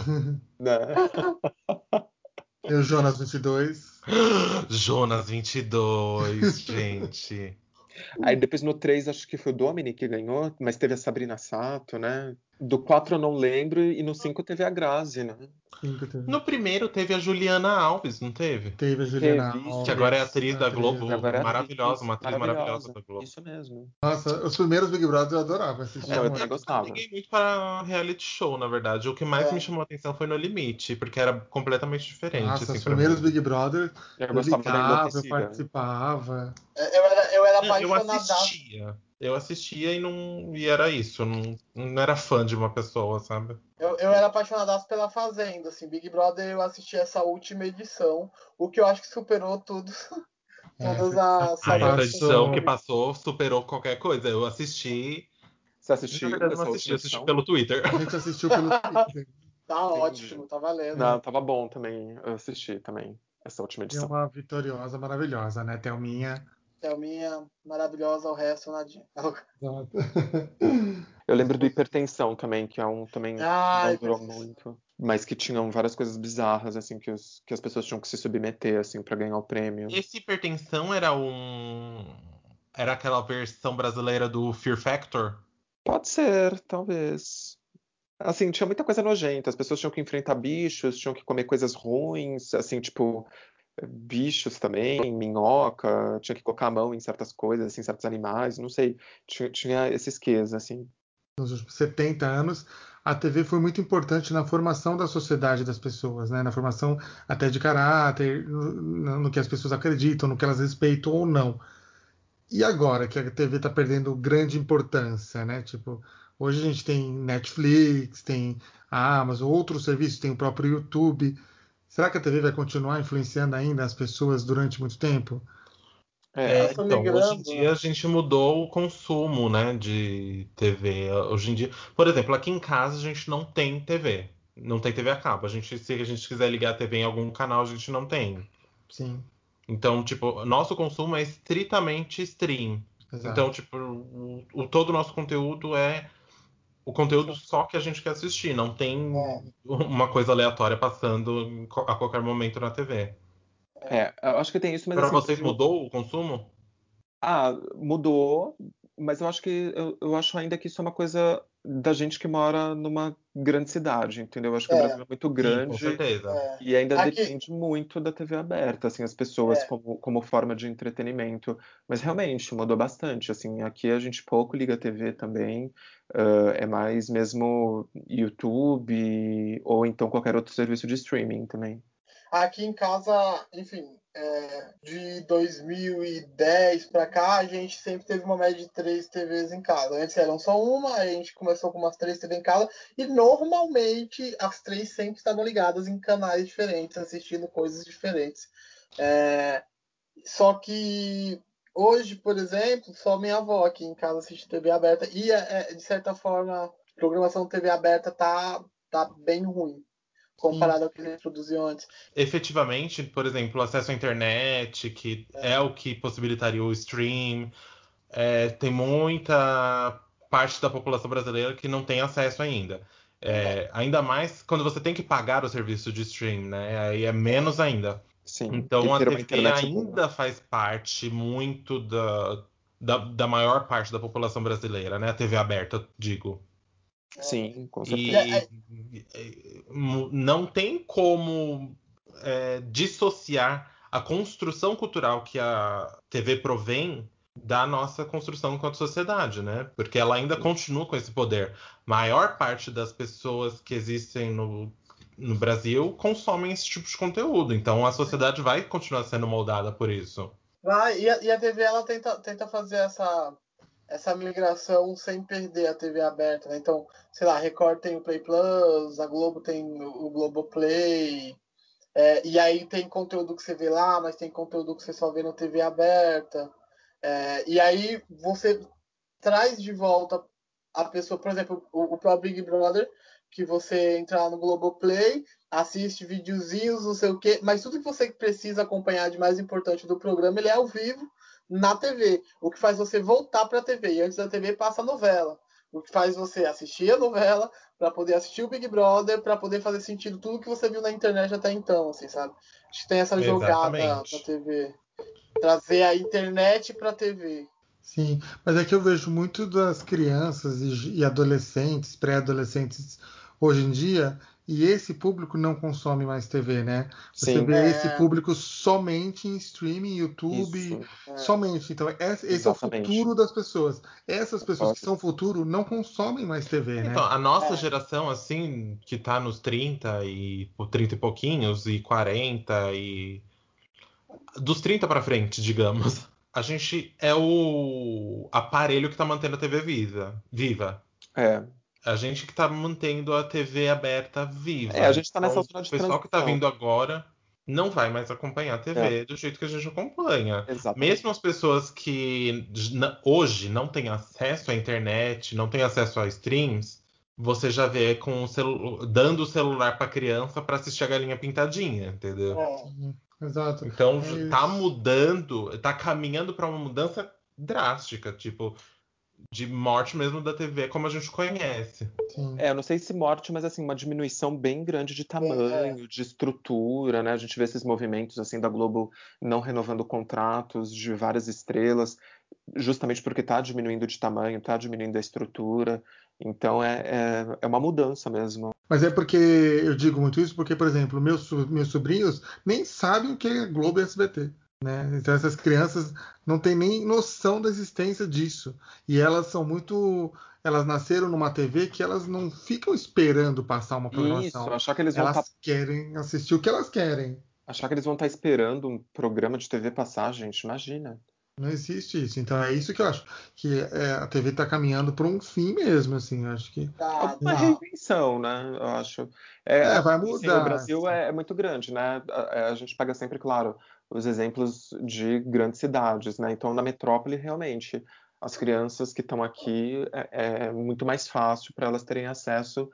Speaker 4: né?
Speaker 2: Eu, Jonas 22.
Speaker 1: Jonas 22, gente.
Speaker 4: Aí depois no 3, acho que foi o Domini que ganhou, mas teve a Sabrina Sato, né? Do 4 eu não lembro, e no 5 teve a Grazi, né?
Speaker 2: Cinco teve.
Speaker 1: No primeiro teve a Juliana Alves, não teve?
Speaker 2: Teve a Juliana
Speaker 4: Teve,
Speaker 2: Alves,
Speaker 1: Que agora é atriz da
Speaker 2: atriz
Speaker 1: Globo.
Speaker 4: Agora é
Speaker 1: Maravilhosa,
Speaker 4: atriz,
Speaker 1: uma atriz maravilhosa da Globo.
Speaker 4: Isso mesmo.
Speaker 2: Nossa, os primeiros Big Brother eu adorava assistir
Speaker 1: É,
Speaker 4: Não, eu
Speaker 2: muito.
Speaker 4: também gostava.
Speaker 1: liguei muito para reality show, na verdade. O que mais
Speaker 3: É.
Speaker 1: me chamou a atenção foi No Limite, porque era completamente diferente.
Speaker 2: Nossa,
Speaker 1: assim,
Speaker 2: os
Speaker 1: pra
Speaker 2: primeiros
Speaker 1: mim. É
Speaker 2: Big Brother,
Speaker 4: Eu
Speaker 2: eu
Speaker 4: gostava da
Speaker 2: ligava, eu
Speaker 1: né?
Speaker 4: enlouquecida.
Speaker 2: participava.
Speaker 3: É, Eu era, eu era
Speaker 1: Não, eu
Speaker 3: apaixonada.
Speaker 1: assistia. Eu assistia e não. E era isso. eu Não, não era fã de uma pessoa, sabe?
Speaker 3: Eu, eu era apaixonadaço pela Fazenda, assim, Big Brother eu assisti essa última edição, o que eu acho que superou tudo,
Speaker 2: É,
Speaker 3: todas as...
Speaker 1: Ah, essa
Speaker 2: passou.
Speaker 1: edição que passou superou qualquer coisa. Eu assisti.
Speaker 4: Você
Speaker 1: Na
Speaker 4: assistiu
Speaker 1: verdade,
Speaker 4: essa
Speaker 1: não assisti, um.
Speaker 4: última
Speaker 1: eu assisti
Speaker 4: edição?
Speaker 1: pelo Twitter.
Speaker 2: a gente assistiu pelo Twitter.
Speaker 3: Tá
Speaker 4: Entendi.
Speaker 3: ótimo, tá valendo.
Speaker 4: Não, tava bom também. Eu assisti também essa última
Speaker 2: E é
Speaker 4: edição.
Speaker 2: uma vitoriosa maravilhosa, né? Thelminha.
Speaker 3: Thelminha, é maravilhosa, o resto, nadinha.
Speaker 2: Exato.
Speaker 4: Eu lembro do Hipertensão também, que é um também que
Speaker 3: Ai,
Speaker 4: não durou
Speaker 3: mas-
Speaker 4: muito, mas que tinham várias coisas bizarras, assim, que, os, que as pessoas tinham que se submeter, assim, pra ganhar o prêmio.
Speaker 1: Esse Hipertensão era um. Era aquela versão brasileira do Fear Factor?
Speaker 4: Pode ser, talvez. Assim, tinha muita coisa nojenta, as pessoas tinham que enfrentar bichos, tinham que comer coisas ruins, assim, tipo, bichos também, minhoca, tinha que colocar a mão em certas coisas, assim, certos animais, não sei. Tinha, tinha esse esquema, assim.
Speaker 2: Nos últimos 70 anos, a TV foi muito importante na formação da sociedade das pessoas, né? Na formação até de caráter, no, no que as pessoas acreditam, no que elas respeitam ou não. E agora que a TV está perdendo grande importância, né? Tipo, hoje a gente tem Netflix, tem a Amazon, outros serviços, tem o próprio YouTube. Será que a TV vai continuar influenciando ainda as pessoas durante muito tempo?
Speaker 4: É,
Speaker 1: É,
Speaker 3: tá
Speaker 1: então,
Speaker 3: migrando,
Speaker 1: hoje em dia a gente mudou o consumo, né, de TV. Hoje em dia, por exemplo, aqui em casa a gente não tem TV. Não tem TV a cabo. A gente, se a gente quiser ligar a TV em algum canal, a gente não tem.
Speaker 2: Sim.
Speaker 1: Então, tipo, nosso consumo é estritamente stream.
Speaker 2: Exato.
Speaker 1: Então, tipo, o, o- todo o nosso conteúdo é o conteúdo só que a gente quer assistir, não tem
Speaker 3: É.
Speaker 1: uma coisa aleatória passando em co- a qualquer momento na TV.
Speaker 4: É, eu acho que tem isso, mas
Speaker 1: Pra
Speaker 4: assim,
Speaker 1: vocês mudou o consumo?
Speaker 4: Ah, mudou, mas eu acho que eu, eu acho ainda que isso é uma coisa da gente que mora numa grande cidade, entendeu? Eu acho que
Speaker 3: É.
Speaker 4: o Brasil é muito
Speaker 1: Sim,
Speaker 4: grande
Speaker 1: com certeza.
Speaker 3: É.
Speaker 4: e ainda
Speaker 3: Aqui-
Speaker 4: depende muito da TV aberta, assim, as pessoas
Speaker 3: É.
Speaker 4: como, como forma de entretenimento. Mas realmente mudou bastante, assim, aqui a gente pouco liga a TV também, ah, é mais mesmo YouTube ou então qualquer outro serviço de streaming também.
Speaker 3: Aqui em casa, enfim, é, de 2010 pra cá, a gente sempre teve uma média de três TVs em casa. Antes eram só uma, a gente começou com umas três TVs em casa e normalmente as três sempre estavam ligadas em canais diferentes, assistindo coisas diferentes. É, só que hoje, por exemplo, só minha avó aqui em casa assiste TV aberta e, é, é, de certa forma, a programação TV aberta tá, tá bem ruim comparado ao que eles produziam antes.
Speaker 1: efetivamente, por exemplo, acesso à internet, que é, o que possibilitaria o stream, é, tem muita parte da população brasileira que não tem acesso ainda. É, ainda mais quando você tem que pagar o serviço de stream, né? Aí é menos ainda.
Speaker 4: Sim,
Speaker 1: Então
Speaker 4: e
Speaker 1: a
Speaker 4: ter
Speaker 1: TV
Speaker 4: uma internet boa.
Speaker 1: ainda faz parte muito da, da, da maior parte da população brasileira, né? A TV aberta, digo.
Speaker 4: Sim, com
Speaker 1: E,
Speaker 4: certeza.
Speaker 3: certeza.
Speaker 1: e- e- mu- não tem como é, dissociar a construção cultural que a TV provém da nossa construção enquanto sociedade, né? Porque ela ainda continua com esse poder. Maior parte das pessoas que existem no, no Brasil consomem esse tipo de conteúdo. Então a sociedade vai continuar sendo moldada por isso.
Speaker 3: Vai, Ah, e a, e a TV ela tenta, tenta fazer essa, essa migração sem perder a TV aberta, né? Então, sei lá, a Record tem o Play Plus, a Globo tem o o Globoplay, é, e aí tem conteúdo que você vê lá, mas tem conteúdo que você só vê na TV aberta. É, e aí você traz de volta a pessoa, por exemplo, o, o próprio Big Brother, que você entra lá no Globoplay, assiste videozinhos, não sei o quê, mas tudo que você precisa acompanhar de mais importante do programa, ele é ao vivo na TV, o que faz você voltar para a TV, e antes da TV passa a novela, o que faz você assistir a novela para poder assistir o Big Brother, para poder fazer sentido tudo que você viu na internet até então, assim, sabe? Acho que tem essa jogada
Speaker 1: Exatamente.
Speaker 3: na TV. Trazer a internet para TV.
Speaker 2: Sim, mas é que eu vejo muito das crianças e, j- e adolescentes, pré-adolescentes hoje em dia, e esse público não consome mais TV, né? Você
Speaker 4: Sim.
Speaker 2: vê
Speaker 3: É.
Speaker 2: esse público somente em streaming, YouTube,
Speaker 4: Isso.
Speaker 3: É.
Speaker 2: somente. Então, esse, esse é o
Speaker 4: Exatamente.
Speaker 2: futuro das pessoas. Essas pessoas que
Speaker 4: Concordo.
Speaker 2: são futuro não consomem mais TV, né?
Speaker 1: Então, a nossa
Speaker 3: É.
Speaker 1: geração, assim, que tá nos 30 e pô, 30 e pouquinhos, e 40 e. Dos 30 pra frente, digamos. A gente é o aparelho que tá mantendo a TV viva. viva.
Speaker 4: É.
Speaker 1: A gente que tá mantendo a TV aberta viva.
Speaker 4: É, a gente tá nessa zona de
Speaker 1: O pessoal que tá
Speaker 4: transição. É.
Speaker 1: vindo agora não vai mais acompanhar a TV do jeito que a gente acompanha.
Speaker 4: Exatamente.
Speaker 1: Mesmo as pessoas que j- na- hoje não têm acesso à internet, não têm acesso a streams, você já vê com o celu- dando o celular para criança para assistir a galinha pintadinha, entendeu?
Speaker 3: É.
Speaker 2: Exato.
Speaker 1: Então
Speaker 2: É
Speaker 1: tá
Speaker 2: isso.
Speaker 1: mudando, tá caminhando para uma mudança drástica, tipo de morte mesmo da TV como a gente conhece.
Speaker 2: Sim.
Speaker 4: É, eu não sei se morte, mas assim, uma diminuição bem grande de tamanho, de estrutura, né? A gente vê esses movimentos assim da Globo não renovando contratos de várias estrelas, justamente porque tá diminuindo de tamanho, tá diminuindo a estrutura. Então é, é, é uma mudança mesmo.
Speaker 2: Mas é porque eu digo muito isso, porque, por exemplo, meus, so- meus sobrinhos nem sabem o que é Globo e SBT. Né? Então essas crianças não têm nem noção da existência disso. E elas são muito. Elas nasceram numa TV que elas não ficam esperando passar uma
Speaker 4: Isso,
Speaker 2: programação.
Speaker 4: achar que eles vão
Speaker 2: elas
Speaker 4: tá,
Speaker 2: querem assistir o que elas querem.
Speaker 4: achar que eles vão estar esperando um programa de TV passar, gente, imagina.
Speaker 2: Não existe isso. Então é isso que eu acho. Que é, a TV está caminhando para um fim mesmo, assim. Eu acho que.
Speaker 4: É
Speaker 3: Tá,
Speaker 4: uma
Speaker 3: tá.
Speaker 4: reinvenção, né? Eu acho.
Speaker 2: É, vai
Speaker 4: assim,
Speaker 2: mudar.
Speaker 4: o Brasil é, é muito grande, né? A, a gente pega sempre, claro, os exemplos de grandes cidades, né? Então, na metrópole, realmente, as crianças que estão aqui é, é muito mais fácil para elas terem acesso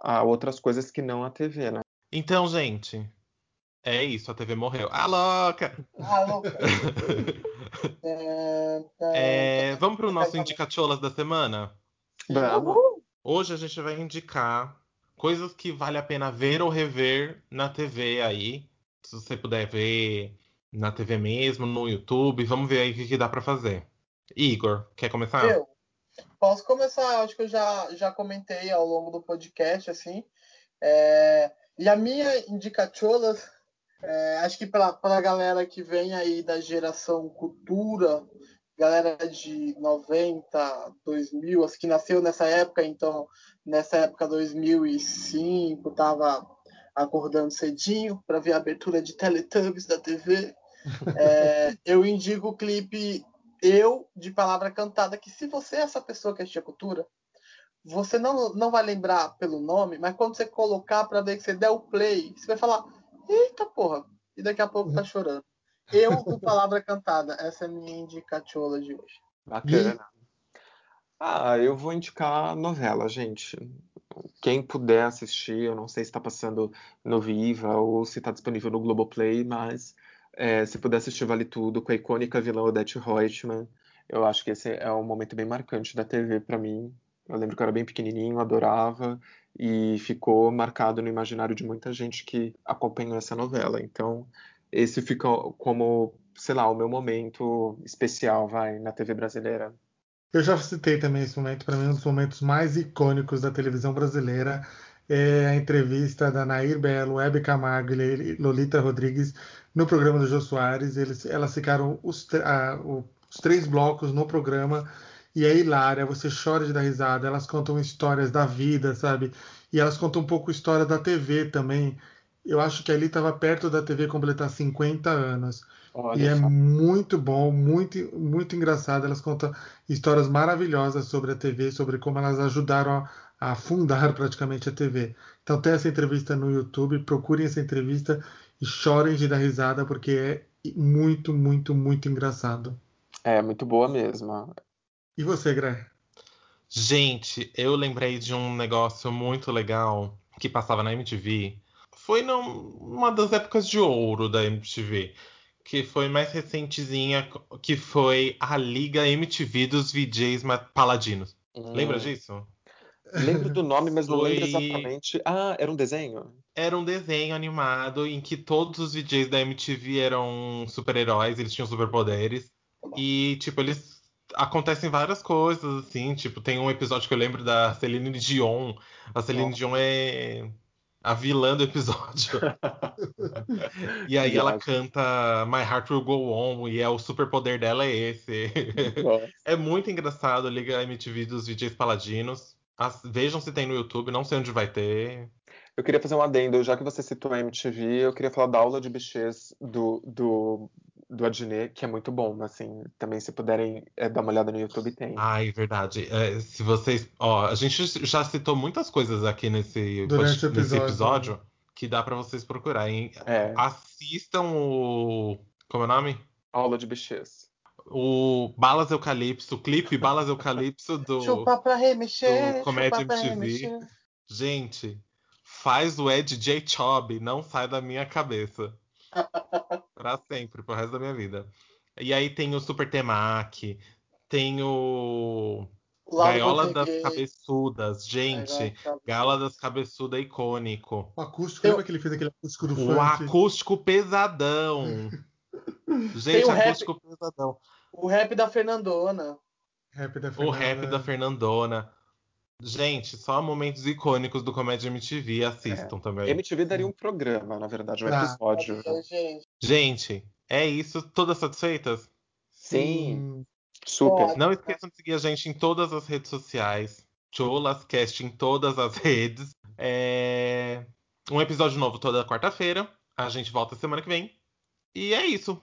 Speaker 4: a outras coisas que não a TV, né?
Speaker 1: Então, gente, É isso, a TV morreu. Ah, louca!
Speaker 3: Ah, louca. É,
Speaker 1: É, vamos pro nosso Indicacholas da semana?
Speaker 4: Vamos.
Speaker 3: Uhul.
Speaker 1: Hoje a gente vai indicar coisas que vale a pena ver ou rever na TV aí. Se você puder ver na TV mesmo, no YouTube, vamos ver aí o que, que dá pra fazer. Igor, quer começar?
Speaker 3: Eu posso começar, acho que eu já, já comentei ao longo do podcast, assim. É, e a minha indicachola, é, acho que para a galera que vem aí da geração cultura, galera de 90, 2000, as que nasceu nessa época, então nessa época 2005, tava acordando cedinho para ver a abertura de Teletubbies da TV. É, eu indico o clipe eu de palavra cantada que se você é essa pessoa que assistia cultura, você não, não vai lembrar pelo nome, mas quando você colocar para ver que você der o play, você vai falar, eita porra, e daqui a pouco tá chorando. Eu do palavra cantada, essa é a minha indicachola de hoje.
Speaker 4: Bacana. Ah, eu vou indicar novela, gente. Quem puder assistir, eu não sei se está passando no Viva ou se está disponível no Globoplay, mas é, se puder assistir Vale Tudo, com a icônica vilã Odete Reutemann, eu acho que esse é um momento bem marcante da TV para mim. Eu lembro que eu era bem pequenininho, adorava, e ficou marcado no imaginário de muita gente que acompanhou essa novela. Então, esse fica como, sei lá, o meu momento especial, vai, na TV brasileira.
Speaker 2: Eu já citei também esse momento, para mim, um dos momentos mais icônicos da televisão brasileira. É a entrevista da Nair Belo, Hebe Camargo e Leli- Lolita Rodrigues no programa do Jô Soares. Eles, elas ficaram os, tr- ah, o- os três blocos no programa e é hilária, você chora de dar risada. Elas contam histórias da vida, sabe? E elas contam um pouco história da TV também. Eu acho que ali estava perto da TV completar 50 anos.
Speaker 4: Olha
Speaker 2: E é
Speaker 4: só.
Speaker 2: muito bom, muito, muito engraçado. Elas contam histórias maravilhosas sobre a TV, sobre como elas ajudaram a, a fundar praticamente a TV. Então tem essa entrevista no YouTube, procurem essa entrevista e chorem de dar risada, porque é muito, muito, muito engraçado.
Speaker 4: É, muito boa mesmo.
Speaker 2: E você, Greg?
Speaker 1: Gente, eu lembrei de um negócio muito legal que passava na MTV. Foi num- numa das épocas de ouro da MTV, que foi mais recentezinha, que foi a Liga MTV dos VJs Ma- Paladinos. Lembra disso?
Speaker 4: Hum, Lembro do nome, mas não lembro
Speaker 1: Foi-
Speaker 4: exatamente. Ah, era um desenho?
Speaker 1: Era um desenho animado em que todos os VJs da MTV eram super-heróis, eles tinham superpoderes. E, tipo, eles. Acontecem várias coisas, assim. Tipo, tem um episódio que eu lembro da Celine Dion. A Celine
Speaker 4: Nossa.
Speaker 1: Dion é a vilã do episódio. e aí ela
Speaker 4: Viagem.
Speaker 1: canta My Heart Will Go On, e é o superpoder dela é esse. É muito engraçado, liga a MTV dos VJs Paladinos. As- vejam se tem no YouTube, não sei onde vai ter.
Speaker 4: Eu queria fazer um adendo, já que você citou a MTV, eu queria falar da aula de bichês do, do, do Adnet, que é muito bom, assim, também se puderem é, dar uma olhada no YouTube, tem.
Speaker 1: Ai, verdade. É, se vocês. Ó, a gente já citou muitas coisas aqui nesse,
Speaker 2: Durante o
Speaker 1: nesse
Speaker 2: episódio.
Speaker 1: episódio que dá pra vocês procurarem.
Speaker 4: É,
Speaker 1: Assistam o. Como é o nome?
Speaker 4: aula de bichês.
Speaker 1: O Balas Eucalipso, o clipe Balas Eucalipso do.
Speaker 3: Chupa pra remexer,
Speaker 1: do Comédia
Speaker 3: chupa pra
Speaker 1: MTV.
Speaker 3: remexer.
Speaker 1: Gente, faz o Ed J. Chob, não sai da minha cabeça. Pra sempre, pro resto da minha vida. E aí tem o Super Temac, tem o.
Speaker 3: Lauro
Speaker 1: Gaiola das
Speaker 3: Rodrigues.
Speaker 1: Cabeçudas, gente.
Speaker 3: Gaiola da-
Speaker 1: Gaiola das Cabeçudas é icônico.
Speaker 2: O acústico,
Speaker 3: Eu-
Speaker 2: lembra que ele fez aquele acústico do
Speaker 1: O
Speaker 2: funk?
Speaker 1: acústico pesadão.
Speaker 3: Tem
Speaker 1: Gente,
Speaker 3: o rap-
Speaker 1: acústico pesadão.
Speaker 3: O rap da Fernandona.
Speaker 2: Rap da
Speaker 1: O
Speaker 2: Fernanda.
Speaker 1: rap da Fernandona. Gente, só momentos icônicos do Comédia MTV. Assistam também.
Speaker 4: MTV daria um programa, na verdade, um
Speaker 2: Ah.
Speaker 4: episódio.
Speaker 3: Olha, gente.
Speaker 1: Gente, é isso. Todas satisfeitas?
Speaker 4: Sim,
Speaker 2: Hum,
Speaker 4: super.
Speaker 1: Não esqueçam de seguir a gente em todas as redes sociais. Cholascast em todas as redes. É, Um episódio novo toda quarta-feira. A gente volta semana que vem. E é isso.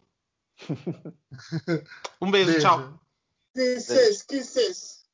Speaker 1: um beijo. tchau.
Speaker 2: beijo.
Speaker 3: This is, kisses.